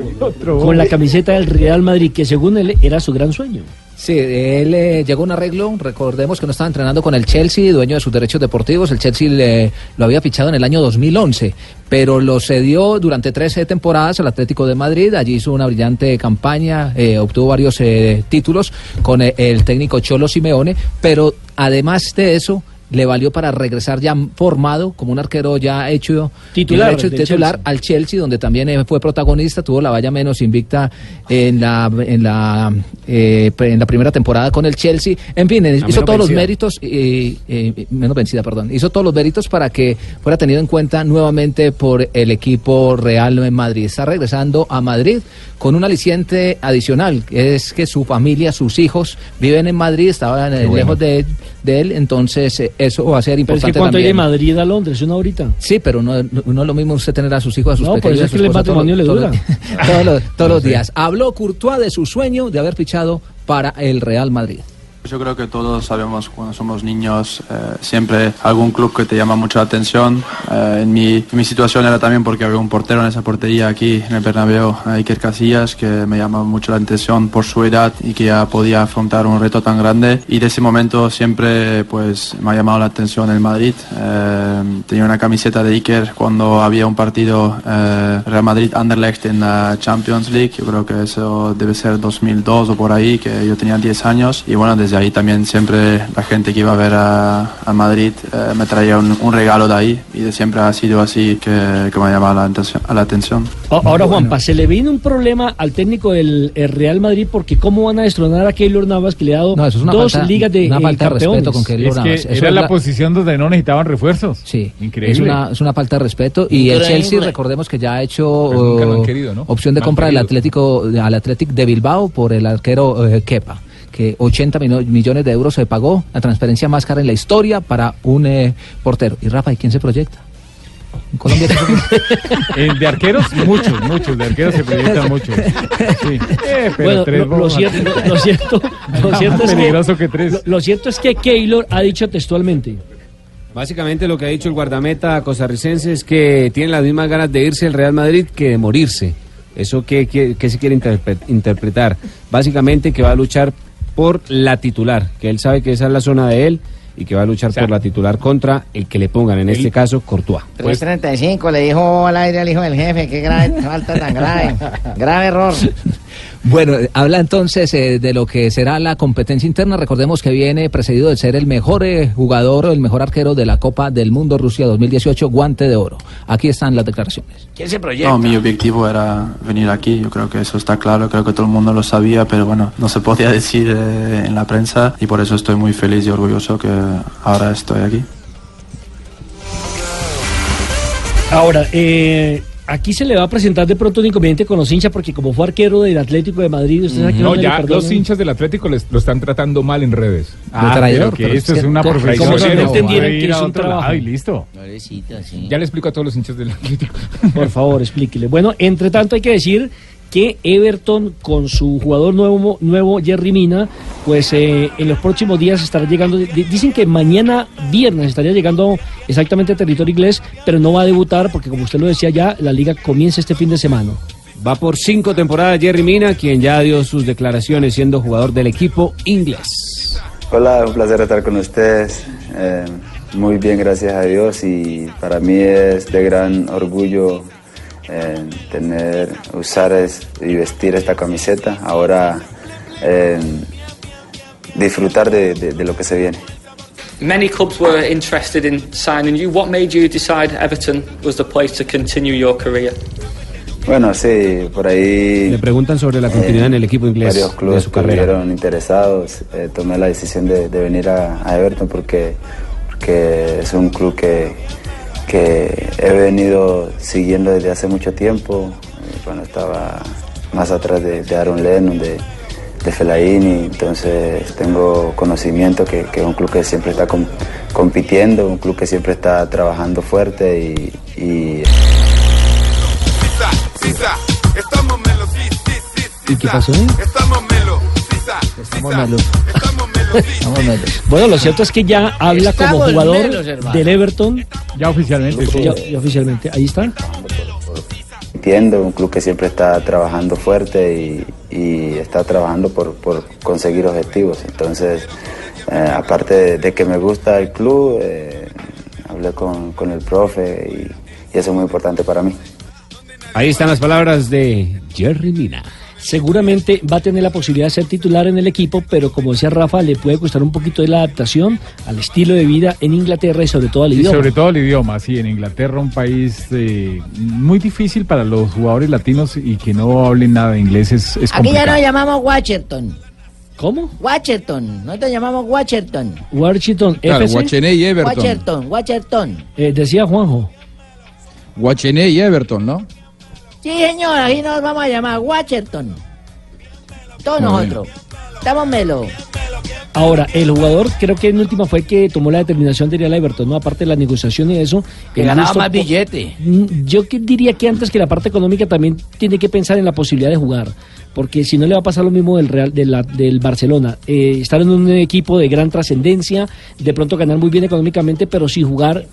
con la camiseta del Real Madrid, que según él era su gran sueño. Sí, él eh, llegó a un arreglo, recordemos que no estaba entrenando con el Chelsea, dueño de sus derechos deportivos, el Chelsea le- lo había fichado en el año 2011, pero lo cedió durante 13 temporadas al Atlético de Madrid, allí hizo una brillante campaña, eh, obtuvo varios eh, títulos con eh, el técnico Cholo Simeone, pero además de eso... le valió para regresar ya formado como un arquero ya hecho Titular ya hecho del titular Chelsea. al Chelsea donde también eh, fue protagonista tuvo la valla menos invicta en la en la eh, pre- en la primera temporada con el Chelsea en fin eh, menos hizo todos los vencida. méritos eh, eh, menos vencida perdón hizo todos los méritos para que fuera tenido en cuenta nuevamente por el equipo Real en Madrid está regresando a Madrid con un aliciente adicional que es que su familia sus hijos viven en Madrid estaban eh, Qué bueno. lejos de, de él entonces eh, eso va a ser Pero es importante que cuánto hay de también. Madrid a Londres, una horita. Sí, pero no, no, no es lo mismo usted tener a sus hijos, a sus No, por pequeños, eso a es su que el esposa, todos matrimonio los- todos le los- todos los, todos los días. Habló Courtois de su sueño de haber fichado para el Real Madrid. Yo creo que todos sabemos cuando somos niños eh, siempre algún club que te llama mucho la atención. Eh, en, mi, en mi situación era también porque había un portero en esa portería aquí en el Bernabéu, eh, Iker Casillas, que me llamaba mucho la atención por su edad y que ya podía afrontar un reto tan grande. Y de ese momento siempre pues me ha llamado la atención el Madrid. Eh, tenía una camiseta de Iker cuando había un partido eh, Real Madrid-Anderlecht en la Champions League. Yo creo que eso debe ser 2002 o por ahí, que yo tenía 10 años. Y bueno, desde ahí también siempre la gente que iba a ver a, a Madrid eh, me traía un, un regalo de ahí. Y de siempre ha sido así que, que me ha llamado la atención- la atención. A- Ahora, Juanpa, se le viene un problema al técnico del el Real Madrid porque cómo van a destronar a Keylor Navas que le ha dado No, eso es una dos falta- ligas de, una eh, falta de respeto campeones. con Keylor Es que Navas. Eso era es la la- posición donde no necesitaban refuerzos. Sí. Increíble. Es una, es una falta de respeto. Y el Increíble. Chelsea, recordemos que ya ha hecho Pero nunca lo han eh, querido, ¿no? opción de No han compra del querido. Atlético, eh, al Atlético de Bilbao por el arquero eh, Kepa que 80 mino- millones de euros se pagó, la transferencia más cara en la historia para un eh, portero. Y Rafa, ¿y quién se proyecta? ¿En Colombia? Eh, de arqueros, muchos, muchos. De arqueros se proyectan muchos. Sí. Eh, pero Bueno, tres lo, lo bombas. cierto, lo cierto, lo Más cierto es peligroso que que, tres. lo- lo cierto es que Keylor ha dicho textualmente, Básicamente lo que ha dicho el guardameta costarricense es que tiene las mismas ganas de irse al Real Madrid que de morirse. ¿Eso qué, qué- qué se quiere interpre- interpretar? Básicamente que va a luchar por la titular, que él sabe que esa es la zona de él y que va a luchar por la titular contra el que le pongan, en este caso Courtois. 335 le dijo al aire al hijo del jefe, qué grave, falta tan grave. Grave error. Bueno, eh, habla entonces eh, de lo que será la competencia interna. Recordemos que viene precedido de ser el mejor eh, jugador o el mejor arquero de la Copa del Mundo Rusia 2018, guante de oro. Aquí están las declaraciones. ¿Quién se proyecta? No, mi objetivo era venir aquí, yo creo que eso está claro, creo que todo el mundo lo sabía, pero bueno, no se podía decir eh, en la prensa y por eso estoy muy feliz y orgulloso que ahora estoy aquí. Ahora, eh, aquí se le va a presentar de pronto un inconveniente con los hinchas porque como fue arquero del Atlético de Madrid, usted sabe que No, le ya perdonan. los hinchas del Atlético les, lo están tratando mal en redes. Ah, traidor, pero este es que- ¿cómo que no entendieron que Ir es a un otro lado trabajo? y listo. Ya le explico a todos los hinchas del Atlético. Por favor, explíquele. Bueno, entre tanto hay que decir que Everton con su jugador nuevo, nuevo Jerry Mina, pues eh, en los próximos días estará llegando, di- dicen que mañana viernes estaría llegando exactamente a territorio inglés, pero no va a debutar porque como usted lo decía ya, la liga comienza este fin de semana. Va por cinco temporadas Jerry Mina, quien ya dio sus declaraciones siendo jugador del equipo inglés. Hola, un placer estar con ustedes. Eh, muy bien, gracias a Dios. Y para mí es de gran orgullo eh, tener, usar es- y vestir esta camiseta. Ahora eh, disfrutar de- de- de lo que se viene. Many clubs were interested in signing you. What made you decide Everton was the place to continue your career? Bueno, sí, por ahí. Le preguntan sobre la continuidad en el equipo inglés Varios de clubes su carrera. estuvieron interesados. eh, tomé la decisión de, de venir a, a Everton porque, porque es un club que, que he venido siguiendo desde hace mucho tiempo. eh, Cuando estaba más atrás de, de Aaron Lennon, de, de Fellaini, entonces tengo conocimiento que, que es un club que siempre está com- compitiendo, un club que siempre está trabajando fuerte y- y ¿Y qué pasó? Estamos malos. Estamos malos. Bueno, lo cierto es que ya habla como Estamos jugador melos, hermano. del Everton. Ya oficialmente. Ya, ya oficialmente, ahí está. Entiendo, un club que siempre está trabajando fuerte y, y está trabajando por, por conseguir objetivos. Entonces, eh, aparte de, de que me gusta el club, eh, hablé con, con el profe y- y eso es muy importante para mí. Ahí están las palabras de Jerry Mina. seguramente va a tener la posibilidad de ser titular en el equipo, pero como decía Rafa, le puede costar un poquito de la adaptación al estilo de vida en Inglaterra y sobre todo al Y idioma. sobre todo el idioma, sí, en Inglaterra un país eh, muy difícil para los jugadores latinos y que no hablen nada de inglés es, es Aquí ya complicado. nos llamamos Washington. ¿Cómo? Washington. Nosotros llamamos Washington. Washington, Claro, FC. Guachené y Everton. Washington, Washington. Eh, decía Juanjo. Guachené y Everton, ¿no? Sí, señor, ahí nos vamos a llamar Washington. Todos Muy nosotros. Estamos melo. Ahora, el jugador creo que en última fue el que tomó la determinación de ir al Everton, ¿no? Aparte de la negociación y eso. Que el ganaba gusto más po- billete. Mm, Yo que diría que antes que la parte económica también tiene que pensar en la posibilidad de jugar, porque si no le va a pasar lo mismo del Real, de la- del Barcelona, Eh, estar en un equipo de gran trascendencia, de pronto ganar muy bien económicamente, pero si jugar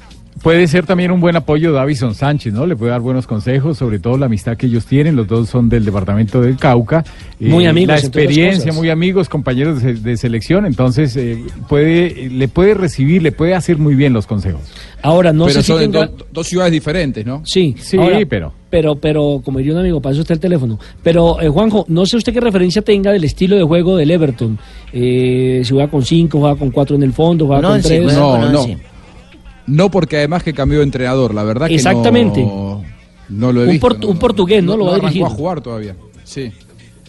Puede ser también un buen apoyo Davison Sánchez, ¿no? Le puede dar buenos consejos, sobre todo la amistad que ellos tienen. Los dos son del departamento del Cauca. Eh, Muy amigos La en todas las experiencia, cosas. muy amigos, compañeros de, se- de selección. Entonces, eh, puede, le puede recibir, le puede hacer muy bien los consejos. ahora no pero sé si son en tenga- do- dos ciudades diferentes, ¿no? Sí, Sí, pero- Pero, pero, como diría un amigo, para eso está el teléfono. Pero, eh, Juanjo, no sé usted qué referencia tenga del estilo de juego del Everton. Eh, si juega con 5, juega con 4 en el fondo, juega con 3. no, no. No, porque además que cambió de entrenador, la verdad que no- Exactamente. No, lo he Un visto. port- un portugués, ¿no? Lo va a arrancó dirigir. a jugar todavía. Sí.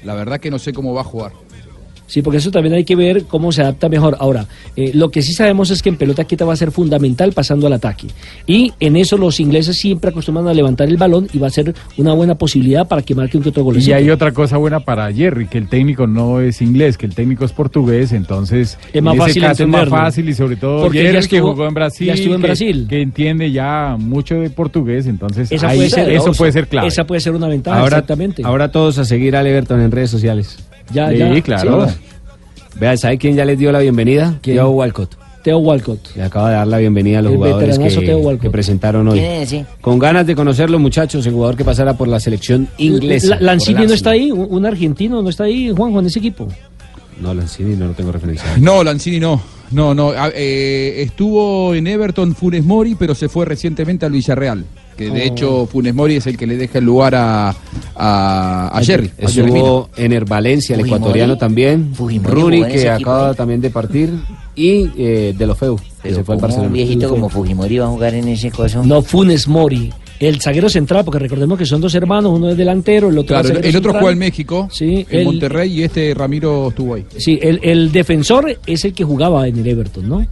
La verdad que no sé cómo va a jugar. Sí, porque eso también hay que ver cómo se adapta mejor. Ahora, eh, lo que sí sabemos es que en pelota quieta va a ser fundamental pasando al ataque. Y en eso los ingleses siempre acostumbran a levantar el balón y va a ser una buena posibilidad para que marque un que otro Y golecito. hay otra cosa buena para Jerry, que el técnico no es inglés, que el técnico es portugués, entonces Es más en ese fácil caso es más entenderlo. fácil y sobre todo Porque ya Jerry que estuvo- jugó en Brasil, ya estuvo en que, Brasil. que entiende ya mucho de portugués, entonces Esa ahí puede ser, eso Raúl. puede ser clave. Esa puede ser una ventaja, Ahora- exactamente. Ahora todos a seguir al Everton en redes sociales. Ya, Sí, ya. claro. Sí. Vean, ¿sabe quién ya les dio la bienvenida? Teo Walcott. Teo Walcott. Le acaba de dar la bienvenida a los El jugadores veteranazo Teo que, Walcott. que presentaron hoy. ¿Quién es ese? Con ganas de conocerlo, muchachos, el jugador que pasará por la selección inglesa. La- Lanzini Por no Lazio. está ahí, un un argentino no está ahí, Juanjo, en ese equipo. No, Lanzini no lo tengo referenciado. No, Lanzini no. No, no. Ah, eh, estuvo en Everton Funes Mori, pero se fue recientemente al Villarreal. Que de Oh. hecho Funes Mori es el que le deja el lugar a, a, a Jerry. a Estuvo en el Valencia, el Fujimori. ecuatoriano también. Fujimori Rooney, jugó en que ese equipo. ¿eh? acaba también de partir. Y eh, De Lofeu, que se fue al Como Barcelona. un viejito como Fujimori va a jugar en ese coso. No, Funes Mori. El zaguero central, porque recordemos que son dos hermanos, uno es delantero, el otro Claro, es el, zaguero el otro central. juega en México, en el- Monterrey, y este Ramiro estuvo ahí. Sí, el, el defensor es el que jugaba en el Everton, ¿no?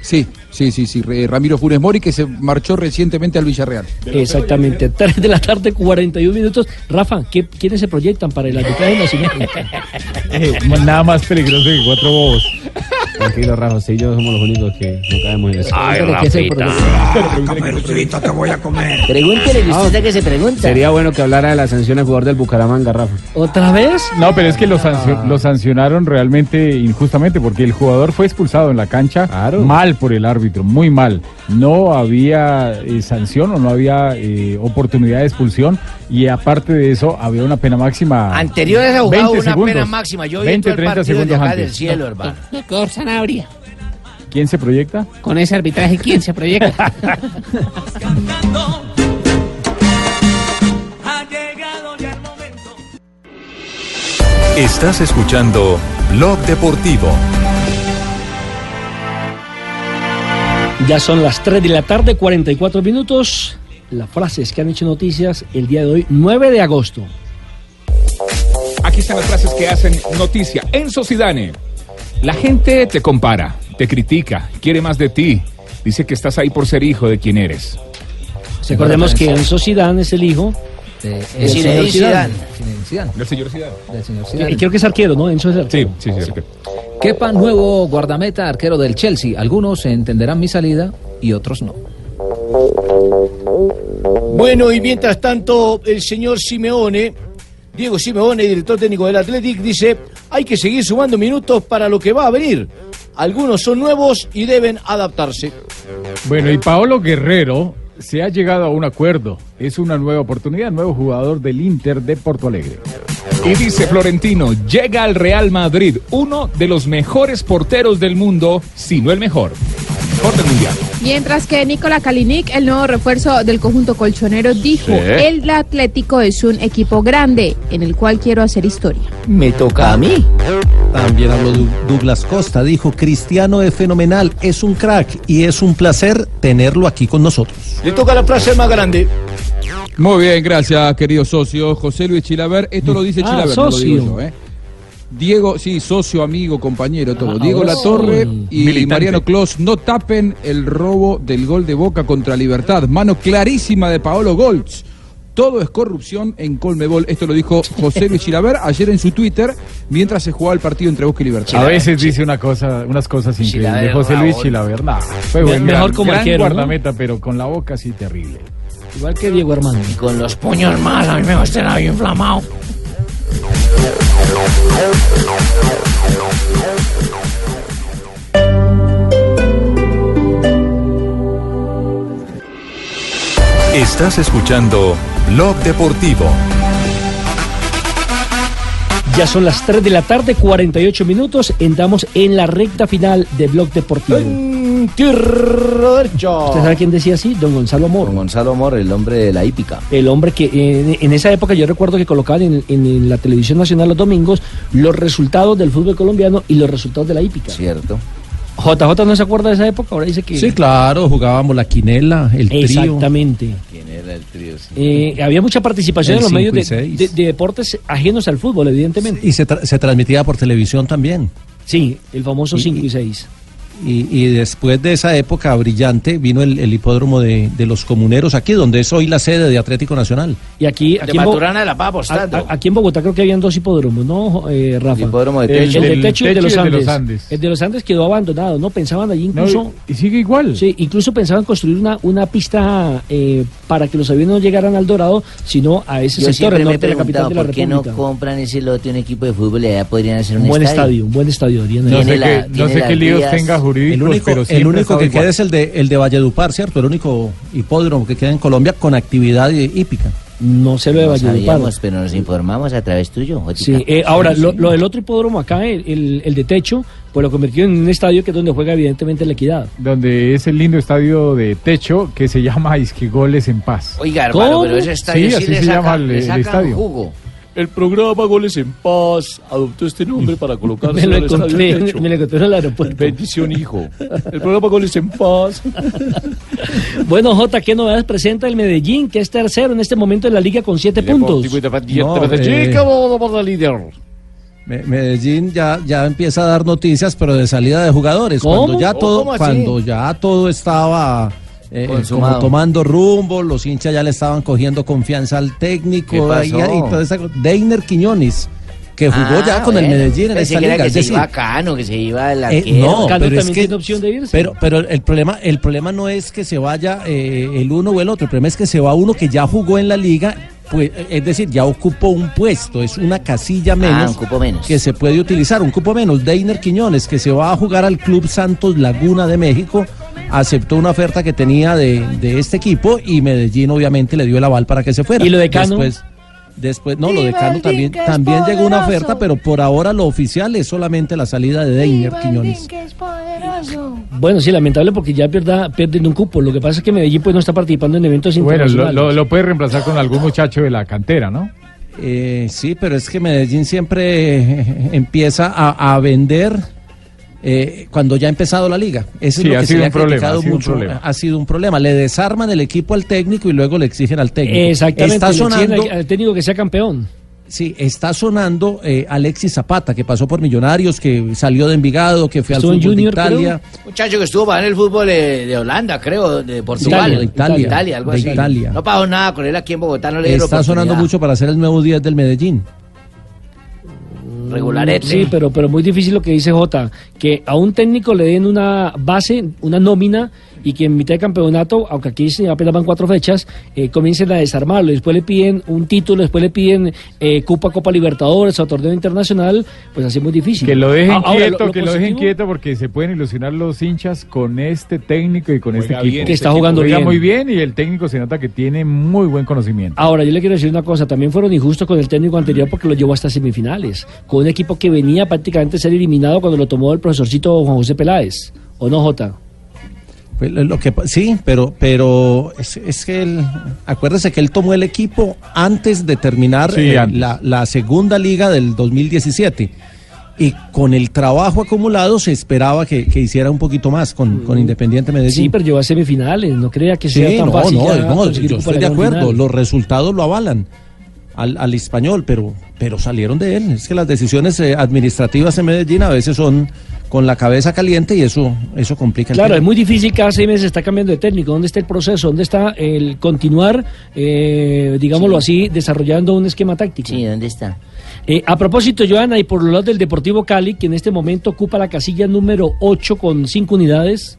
Sí, sí, sí, sí. Re- Ramiro Funes Mori, que se marchó recientemente al Villarreal. Exactamente. 3 de la tarde, 41 minutos. Rafa, ¿qué, ¿quiénes se proyectan para el arbitraje nacional? Eh, nada más peligroso que cuatro bobos. Tranquilo, Rafa, sí, yo somos los únicos que no caemos en eso. Ah, Caperucita, te voy a comer. Pregúntele que usted que se pregunta. Sería bueno que hablara de la sanción al jugador del Bucaramanga, Rafa. ¿Otra vez? Ah. No, pero es que lo, sancio- lo sancionaron realmente injustamente porque el jugador fue expulsado en la cancha mal por el árbitro, muy mal. No había eh, sanción o no había eh, oportunidad de expulsión y aparte de eso había una pena máxima. Anterior ha jugado 20 una segundos. pena máxima. Yo vi 20, todo el 30 partido de segundos acá antes. del cielo, hermano. Doctor Sanabria, ¿Quién se proyecta? con ese arbitraje, ¿quién se proyecta? Estás escuchando Blog Deportivo. Ya son las 3 de la tarde, 44 minutos. Las frases que han hecho noticias el día de hoy, 9 de agosto. Aquí están las frases que hacen noticia. Enzo Zidane. La gente te compara, te critica, quiere más de ti. Dice que estás ahí por ser hijo de quien eres. Recordemos que Enzo Zidane es el hijo de de Zinedine Zidane. Del señor Zidane. Del señor Zidane. Eh, Creo que es arquero, ¿no? Enzo es arquero. Sí, sí, sí. Kepa, nuevo guardameta, arquero del Chelsea. Algunos entenderán mi salida y otros no. Bueno, y mientras tanto, el señor Simeone, Diego Simeone, director técnico del Athletic, dice, hay que seguir sumando minutos para lo que va a venir. Algunos son nuevos y deben adaptarse. Bueno, y Paolo Guerrero se ha llegado a un acuerdo. Es una nueva oportunidad, nuevo jugador del Inter de Porto Alegre. Y dice Florentino, llega al Real Madrid, uno de los mejores porteros del mundo, si no el mejor. deporte mundial. Mientras que Nikola Kalinic, el nuevo refuerzo del conjunto colchonero, dijo, Sí. el Atlético es un equipo grande en el cual quiero hacer historia. Me toca a mí. También habló Du- Douglas Costa, dijo, Cristiano es fenomenal, es un crack y es un placer tenerlo aquí con nosotros. Le toca la frase más grande. Muy bien, gracias, querido socio. José Luis Chilaver, esto lo dice Ah, Chilaver, no lo digo socio. yo, ¿eh? Diego, sí, socio, amigo, compañero, todo. Ah, Diego ahora Latorre sí. y Militante. Mariano Clos no tapen el robo del gol de Boca contra Libertad. Mano clarísima de Paolo Goltz. Todo es corrupción en Colmebol. Esto lo dijo José Luis Chilaver ayer en su Twitter mientras se jugaba el partido entre Boca y Libertad. A veces dice una cosa, unas cosas increíbles. Chilaver, José Luis Raúl. Chilaver, nah, fue Me- buen mejor gran- como gran arquero, ¿no? guardameta, pero con la boca sí terrible. Igual que Diego Armando. Y con los puños más, a mí me gusta el labio inflamado. Estás escuchando Blog Deportivo. Ya son las 3 de la tarde, 48 minutos. Entramos en la recta final de Blog Deportivo. ¿Usted sabe quién decía así? Don Gonzalo Moro. Gonzalo Mor, el hombre de la hípica. El hombre que en, en esa época yo recuerdo que colocaban en, en la televisión nacional los domingos los resultados del fútbol colombiano y los resultados de la hípica. Cierto. JJ no se acuerda de esa época, ahora dice que... Sí, claro, jugábamos la quinela, el trío. Exactamente. ¿Quién era el trío? sí? Eh, había mucha participación El en los medios cinco y de, de- de deportes ajenos al fútbol, evidentemente. Y se, tra- se transmitía por televisión también. Sí, el famoso 5 y 6. Y, y después de esa época brillante vino el, el hipódromo de, de los comuneros aquí, donde es hoy la sede de Atlético Nacional. Y aquí, aquí en Bo- Ah, Maturana de la Paz apostando. a- a- Aquí en Bogotá creo que habían dos hipódromos, ¿no, eh, Rafa? hipódromo de El- techo. El, de Del techo y el de techo los y el de Andes. los Andes. El de los Andes quedó abandonado, ¿no? Pensaban allí incluso... No, y sigue igual. Sí, incluso pensaban construir una, una pista eh, para que los aviones no llegaran al Dorado, sino a ese Yo sector, siempre el me he norte de la capital preguntado de la por qué no República. compran ese lote un equipo de fútbol y allá podrían hacer un, un buen estadio, un buen estadio, Adriana. No Tiene sé la- qué- no tiene sé las qué líos vías. tenga jurídicos, El único, pero el siempre único estaba que igual. queda es el de, el de Valledupar, ¿cierto? El único hipódromo que queda en Colombia con actividad eh, hípica. No se lo de No Valledupar. sabíamos, pero nos informamos a través tuyo, Jotica. Sí, eh, ahora, Sí, lo, sí. lo del otro hipódromo acá, el, el- el de techo, pues lo convirtió en un estadio que es donde juega evidentemente la equidad. Donde es el lindo estadio de techo que se llama Isquigoles en Paz. Oiga, hermano, ¿Cómo? pero ese estadio sí, sí así le se saca- llama el, le el sacan estadio. jugo. El programa Goles en Paz adoptó este nombre para Me colocarse lo en el estadio encontré, Techo. me lo encontré en el aeropuerto. Bendición, hijo. El programa Goles en Paz. Bueno, Jota, ¿qué novedades presenta el Medellín, que es tercero en este momento en la liga con siete puntos? No, eh, líder. Me- Medellín ya, ya empieza a dar noticias, pero de salida de jugadores. ¿Cómo? Cuando ya ¿Cómo todo, así? cuando ya todo estaba eh, Consumado. como tomando rumbo, los hinchas ya le estaban cogiendo confianza al ¿Qué técnico pasó? ahí- y, toda esa co- Deiner Quiñones, que jugó Ah, ya con el bueno. Medellín en Pensé esta que era liga. que es se decir, iba Cano, que se iba el eh, arquero. no, pero es que- de irse. Pero, pero el problema, el problema no es que se vaya eh, el uno o el otro, el problema es que se va uno que ya jugó en la liga, pues, eh, es decir, ya ocupó un puesto, es una casilla menos, Ah, un cupo menos. que se puede utilizar, un cupo menos. Deiner Quiñones, que se va a jugar al Club Santos Laguna de México, aceptó una oferta que tenía de, de este equipo y Medellín obviamente le dio el aval para que se fuera. ¿Y lo de Cano? Después, después no, lo Viva de Cano el también, Din, que es también llegó una poderoso. oferta, pero por ahora lo oficial es solamente la salida de Deiner Quiñones. Bueno, sí, lamentable porque ya pierda, pierden un cupo. Lo que pasa es que Medellín pues no está participando en eventos Bueno, lo, internacionales. lo, lo puede reemplazar con algún muchacho de la cantera, ¿no? Eh, sí, pero es que Medellín siempre eh, empieza a, a vender eh, cuando ya ha empezado la liga. Eso Sí, es lo ha que se sido le ha un problema, criticado ha sido un mucho. problema. Ha sido un problema. Le desarman el equipo al técnico y luego le exigen al técnico. Exactamente, Está le exigen sonando, al- al técnico que sea campeón. sí, está sonando eh, Alexis Zapata, que pasó por Millonarios, que salió de Envigado, que fue al fútbol de Italia. Muchacho que estuvo para el fútbol eh, de Holanda, creo, de Portugal. Italia, de Italia, algo de así. Italia. No pagó nada con él aquí en Bogotá, no le dieron Está sonando oportunidad. mucho para ser el nuevo 10 del Medellín. Regularete. Sí, pero, pero muy difícil lo que dice Jota, que a un técnico le den una base, una nómina, y que en mitad de campeonato, aunque aquí se apenas van cuatro fechas, eh, comiencen a desarmarlo. Después le piden un título, después le piden eh, Copa Copa Libertadores o torneo internacional, pues así es muy difícil. Que lo dejen Ah, ahora, quieto, lo- lo que lo dejen positivo- quieto porque se pueden ilusionar los hinchas con este técnico y con este bien equipo. este Que está equipo. jugando Juega bien. muy bien y el técnico se nota que tiene muy buen conocimiento. Ahora, yo le quiero decir una cosa, también fueron injustos con el técnico anterior porque lo llevó hasta semifinales, con un equipo que venía prácticamente a ser eliminado cuando lo tomó el profesorcito Juan José Peláez, ¿o no, Jota? Pues, Lo que, pa- sí, pero, pero es, es que él, acuérdese que él tomó el equipo antes de terminar Sí, eh, antes. La, la segunda liga del 2017. Y con el trabajo acumulado se esperaba que, que hiciera un poquito más con, con Independiente Medellín. Mm. Sí, pero llegó a semifinales, no crea que sea Sí, tan no, fácil. no, ya no, conseguir yo un estoy de cuadrangular acuerdo, final. los resultados lo avalan al, al español, pero, pero salieron de él. Es que las decisiones eh, administrativas en Medellín a veces son con la cabeza caliente y eso, eso complica el Claro, tema. es muy difícil, cada seis meses está cambiando de técnico. ¿Dónde está el proceso? ¿Dónde está el continuar, eh, digámoslo así, desarrollando un esquema táctico? Sí, ¿dónde está? a propósito, Joana, y por los lados del Deportivo Cali, que en este momento ocupa la casilla número 8 con 5 unidades.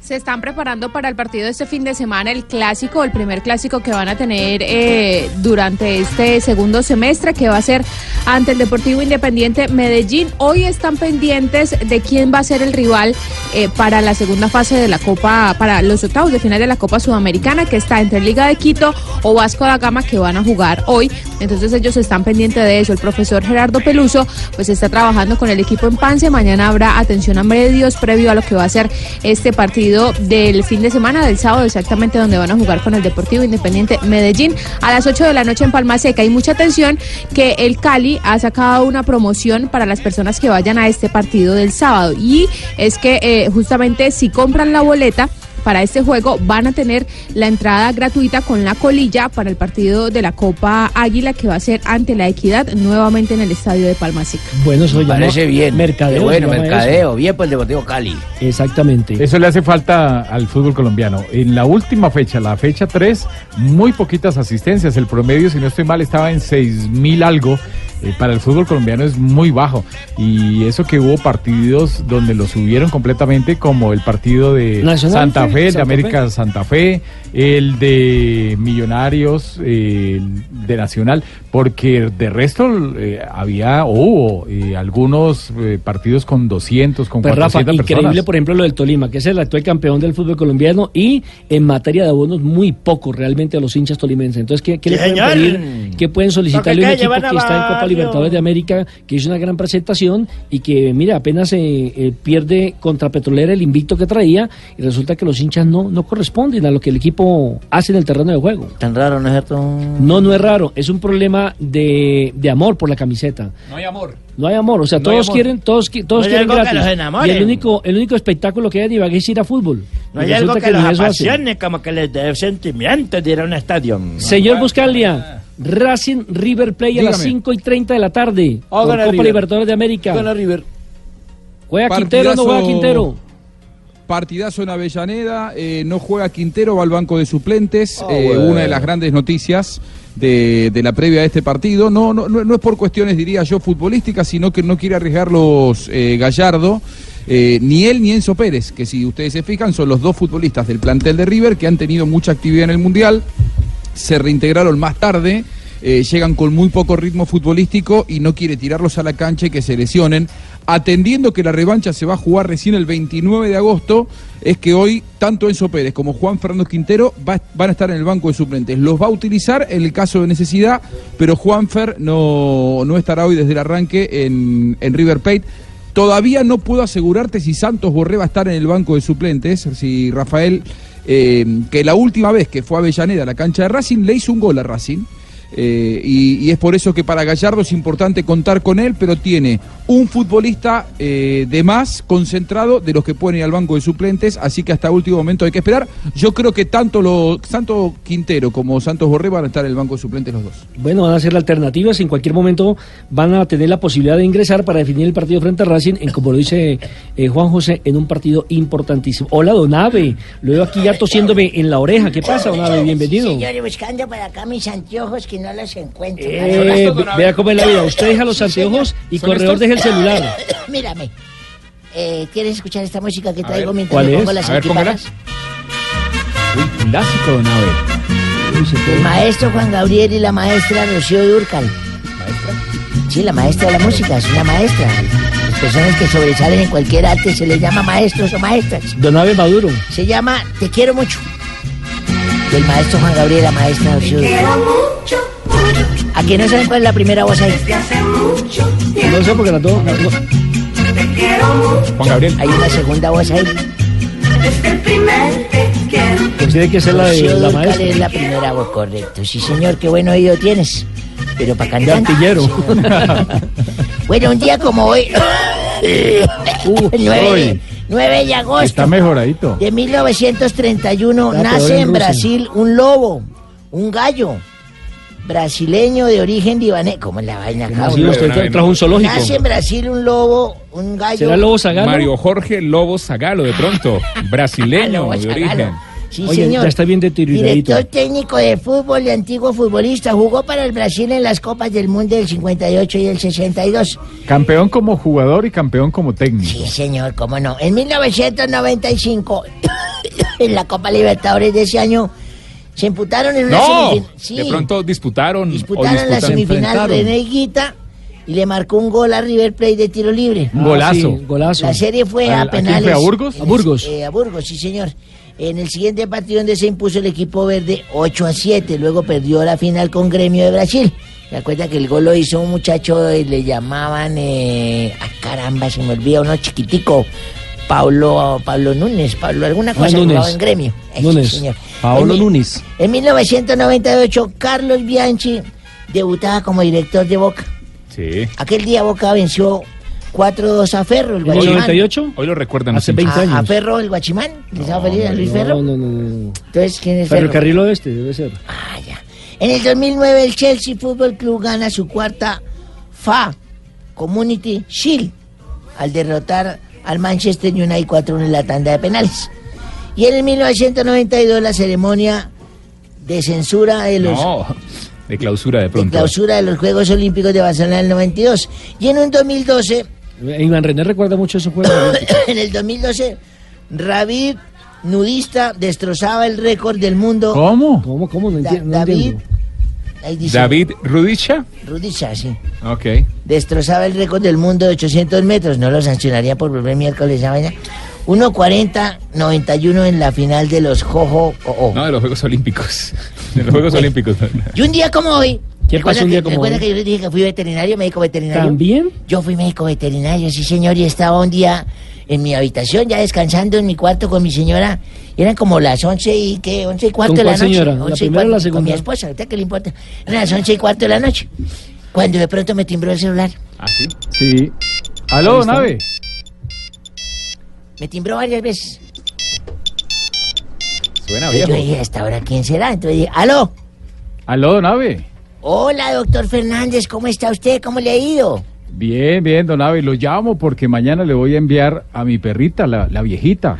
Se están preparando para el partido de este fin de semana, el clásico, el primer clásico que van a tener eh, durante este segundo semestre, que va a ser ante el Deportivo Independiente Medellín. Hoy están pendientes de quién va a ser el rival eh, para la segunda fase de la Copa, para los octavos de final de la Copa Sudamericana, que está entre Liga de Quito o Vasco da Gama, que van a jugar hoy. Entonces ellos están pendientes de eso. El profesor Gerardo Peluso, pues está trabajando con el equipo en Pance. Mañana habrá atención a medios previo a lo que va a ser este partido del fin de semana, del sábado exactamente, donde van a jugar con el Deportivo Independiente Medellín a las 8 de la noche en Palma Seca. Y mucha atención que el Cali ha sacado una promoción para las personas que vayan a este partido del sábado. Y es que eh, justamente si compran la boleta, para este juego van a tener la entrada gratuita con la colilla para el partido de la Copa Águila que va a ser ante la Equidad nuevamente en el estadio de Palma Seca. Bueno, eso Me se llama parece bien. Mercadeo. Qué bueno, se llama mercadeo. eso. pues, bien por el Deportivo Cali. Exactamente. Eso le hace falta al fútbol colombiano. En la última fecha, la fecha 3, muy poquitas asistencias. El promedio, si no estoy mal, estaba en 6 mil algo. Eh, para el fútbol colombiano es muy bajo. Y eso que hubo partidos donde lo subieron completamente, como el partido de Nacional, Santa sí, Fe, el de Santa América Fe. Santa Fe, el de Millonarios, eh, el de Nacional, porque de resto eh, había o hubo eh, algunos eh, partidos con 200, con Pues Rafa, 400 increíble personas. por ejemplo lo del Tolima, que es el actual campeón del fútbol colombiano y en materia de abonos muy poco realmente a los hinchas tolimenses. Entonces, ¿qué, qué le ¡Sí, pueden señor! pedir? ¿Qué pueden solicitarle a un Porque equipo llevan a que está en Copa varios. Libertadores de América, que hizo una gran presentación y que, mira, apenas eh, eh, pierde contra Petrolera el invicto que traía y resulta que los hinchas no, no corresponden a lo que el equipo hace en el terreno de juego? Tan raro, ¿no es cierto? No, no es raro, es un problema de, de amor por la camiseta. No hay amor. No hay amor, o sea, No hay todos amor. quieren, todos, qui- todos No hay quieren algo que gratis. los y enamoren. el único, el único espectáculo que hay en Ibagué es ir a fútbol. No Y hay algo resulta que, los ni eso hacen. apasione, como que les dé sentimiento de ir a un estadio. Señor Buscalia, Racing River Play a las Dígame. 5 y 30 de la tarde. Oh, por gana Copa River. Libertadores de América. Gana River. ¿Juega Quintero o no juega Partidazo- Quintero? Partidazo en Avellaneda, eh, no juega Quintero, va al banco de Ah, suplentes, eh, bueno. una de las grandes noticias de, de la previa de este partido. No, no, no no es por cuestiones, diría yo, futbolísticas, sino que no quiere arriesgarlos eh, Gallardo, eh, ni él ni Enzo Pérez, que si ustedes se fijan son los dos futbolistas del plantel de River que han tenido mucha actividad en el Mundial, se reintegraron más tarde. eh, llegan con muy poco ritmo futbolístico y no quiere tirarlos a la cancha y que se lesionen. Atendiendo que la revancha se va a jugar recién el 29 de agosto, es que hoy tanto Enzo Pérez como Juan Fernando Quintero va- van a estar en el banco de suplentes. Los va a utilizar en el caso de necesidad, pero Juanfer no, no estará hoy desde el arranque en, en River Plate. Todavía no puedo asegurarte si Santos Borré va a estar en el banco de suplentes, si Rafael, eh, que la última vez que fue a Avellaneda a la cancha de Racing, le hizo un gol a Racing. Eh, y, y es por eso que para Gallardo es importante contar con él, pero tiene un futbolista eh, de más concentrado de los que pueden ir al banco de suplentes, así que hasta último momento hay que esperar. Yo creo que tanto, lo, tanto Quintero como Santos Borré van a estar en el banco de suplentes los dos. Bueno, van a ser la alternativa. si En cualquier momento van a tener la posibilidad de ingresar para definir el partido frente a Racing, en, como lo dice eh, Juan José, en un partido importantísimo. Hola, don Ave. Lo veo aquí ya tosiéndome en la oreja. ¿Qué pasa, don Ave? Bienvenido. Señores, buscando para acá mis anteojos que no los encuentro. Eh, ve- vea cómo es la vida. Usted deja los anteojos y corredor deja el celular. Mírame. Eh, ¿Quieres escuchar esta música que traigo ver, mientras ¿cuál me es? pongo las A ver, póngala. antiparras? Un clásico, don Abel. El maestro Juan Gabriel y la maestra Rocío Durcal. Sí, la maestra de la música, es una maestra. Las personas que sobresalen en cualquier arte se les llama maestros o maestras. Don Ave Maduro. Se llama Te quiero mucho. Del maestro Juan Gabriel y la maestra Rocío Durcal. ¿A que no saben cuál es la primera voz ahí? No sé porque la tengo. Juan Gabriel. Hay una segunda voz ahí. Pues Tiene que ser la de Rocío la Dúrcal maestra. es la primera voz, correcto. Sí, señor, qué buen oído tienes. Pero para cantar. artillero. bueno, un día como hoy. el 9, de- 9 de agosto. Está mejoradito. De Está 1931 peor nace en en Rusia. Brasil un lobo, un gallo, brasileño de origen libanés. ¿Cómo es la vaina acá? Nació, Ah, usted Pero, trajo un zoológico. Nace en Brasil un lobo, un gallo. Mario Jorge Lobo Zagalo, de pronto, brasileño de origen. Sí, señor. bien deterioradito. Director técnico de fútbol y antiguo futbolista. Jugó para el Brasil en las Copas del Mundo del 58 y el 62. Campeón como jugador y campeón como técnico. Sí, señor, cómo no. En 1995, en la Copa Libertadores de ese año, se imputaron en una No, semifinal. Sí, de pronto disputaron. o pues, disputaron la disputan- semifinal René Higuita y le marcó un gol a River Plate de tiro libre. Un golazo. sí, Ah, golazo. La serie fue ¿A- a, a quién fue? penales. ¿A Burgos? En A el- Burgos. eh, a Burgos, sí, señor. En el siguiente partido donde se impuso el equipo verde 8 a 7, luego perdió la final con Gremio de Brasil. Recuerda que el gol lo hizo un muchacho y le llamaban, eh, ah, caramba, se me olvida uno chiquitico, Pablo, Pablo Núñez, Pablo alguna Ah, cosa Núñez. jugaba en Gremio. Eh, sí, Núñez. señor. Paolo En mi- Núñez. En 1998 Carlos Bianchi debutaba como director de Boca. Sí. Aquel día Boca venció 4-2 a Ferro, el Hoy- Guachimán. Hoy lo recuerdan. los A- hinchas. A, Ferro, el Guachimán. ¿Les ha feliz a Luis Ferro? No, no, no. Entonces, ¿quién es Ferro? Ferrocarril Oeste, debe ser. En el 2009 el Chelsea Fútbol Club gana su cuarta FA Community Shield al derrotar al Manchester United 4-1 en la tanda de penales. Y en el 1992 la ceremonia de censura de los No, de clausura de pronto. clausura de los Juegos Olímpicos de Barcelona del 92. Y en un 2012 Eh, Iván René recuerda mucho esos juegos. en el 2012, Ravid nudista destrozaba el récord del mundo. ¿Cómo? ¿Cómo? ¿Cómo? No, Da- entiendo, no David, entiendo. ahí dice, David Rudicha. Rudicha, sí. Ok. Destrozaba el récord del mundo de 800 metros. No lo sancionaría por volver miércoles a mañana. 1.40-91 en la final de los Jojo. o Oh, No, de los Juegos Olímpicos. De los Juegos Olímpicos. Y un día como hoy. ¿Qué pasó ¿recuerda un día que- como ¿Recuerda hoy? que yo les dije que fui veterinario, médico veterinario? ¿También? Yo fui médico veterinario, sí, señor, y estaba un día en mi habitación, ya descansando en mi cuarto con mi señora. Eran como las once y qué, once y cuarto ¿Con de la cuál noche. señora? ¿La Once y primera o la cuarto, Con mi segunda? esposa, ahorita que le importa. Eran las once y cuarto de la noche. Cuando de pronto me timbró el celular. Ah, Sí. ¿Aló, ¿Está? nave? Me timbró varias veces. Suena Yo dije, ¿hasta ahora quién será? Entonces dije, ¡aló! ¿Aló, nave? Hola, doctor Fernández, ¿cómo está usted? ¿Cómo le ha ido? Bien, bien, don Abe. Lo llamo porque mañana le voy a enviar a mi perrita, la, la viejita.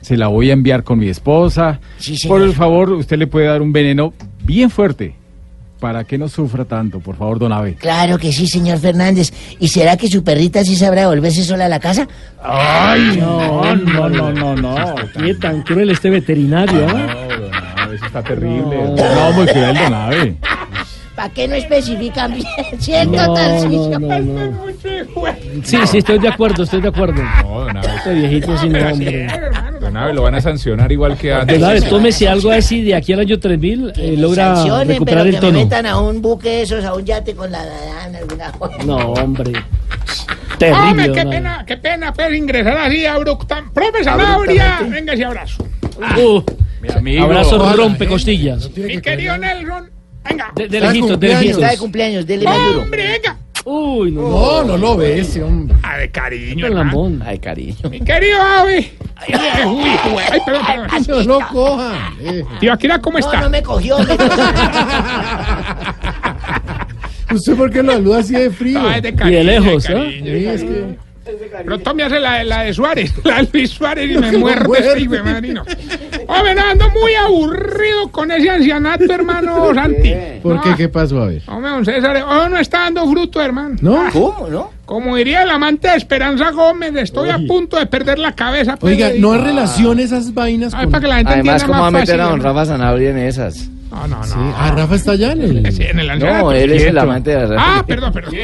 Se la voy a enviar con mi esposa. por el favor, usted le puede dar un veneno bien fuerte para que no sufra tanto, por favor, don Abe. Claro que sí, señor Fernández. ¿Y será que su perrita sí sabrá volverse sola a la casa? ¡Ay! No, no, no, no, no. Qué tan cruel este veterinario, ¿ah? Eso está terrible. No, muy cruel, don Abe. ¿Para qué no especifican bien? ¿Cierto, No, Tarcisio? no, no, no. Sí, sí, estoy de acuerdo, estoy de acuerdo. No, don Este viejito sin nombre. Abe. Don Abe, lo van a sancionar igual que a. Don Abe, tómese algo así de aquí al año 3000, eh, logra Sancionen, pero recuperar que el me tono. metan a un buque de esos, a un yate con la dadana, alguna cosa. No, hombre. Hombre, Terrible. qué don Abe. pena, qué pena, pero ingresar así abruptamente. Profe Sanabria, venga ese abrazo. Ah. Uh, amigo. Abrazo Ojalá, rompe costillas. Mi querido Nelson, venga. De- de Está de lejitos, de cumpleaños, lejitos. está de cumpleaños, dele más duro. Hombre, venga. Uy, no. Oh. No, no lo ve ese hombre. Ah, de cariño, hermano. Lambón. Ay, cariño. Mi querido Abe. Ay, uy, uy, ay, perdón, perdón. No cojan. Tío Akira, ¿cómo No, está? no me cogió. me cogió. ¿Usted por qué lo saluda así de frío? Ah, es de cariño, Y de lejos, de cariño, ¿ah? de Sí, es cariño. Pronto me hace la, la de Suárez, la de Luis Suárez y me Que me muerde muerde. este hijo de madre, no. Hombre, no, ando muy aburrido con ese ancianato, hermano Santi. ¿Por qué? No, ¿Qué pasó? A ver. Hombre, don César, oh, no está dando fruto, hermano. ¿No? Ah, ¿Cómo, no? Como diría el amante de Esperanza Gómez, estoy a punto de perder la cabeza. pues, Oiga, le digo. no hay relación esas vainas Ah, con... para que la gente Ah. Además, entienda ¿cómo va a más meter fácil, a don hermano. Rafa Sanabria en esas? No, no, no. Ah, Rafa está allá en el... en el No, él es el amante de Ah, Rafa. perdón, perdón.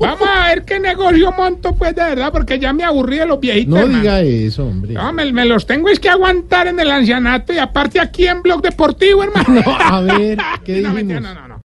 Vamos a ver qué negocio monto, pues, de verdad, porque ya me aburrí de los viejitos. No hermano. diga eso, hombre. No, me, me los tengo es que aguantar en el ancianato y aparte aquí en Blog Deportivo, hermano. No, a ver, ¿qué dijimos? No, mentira, no, no,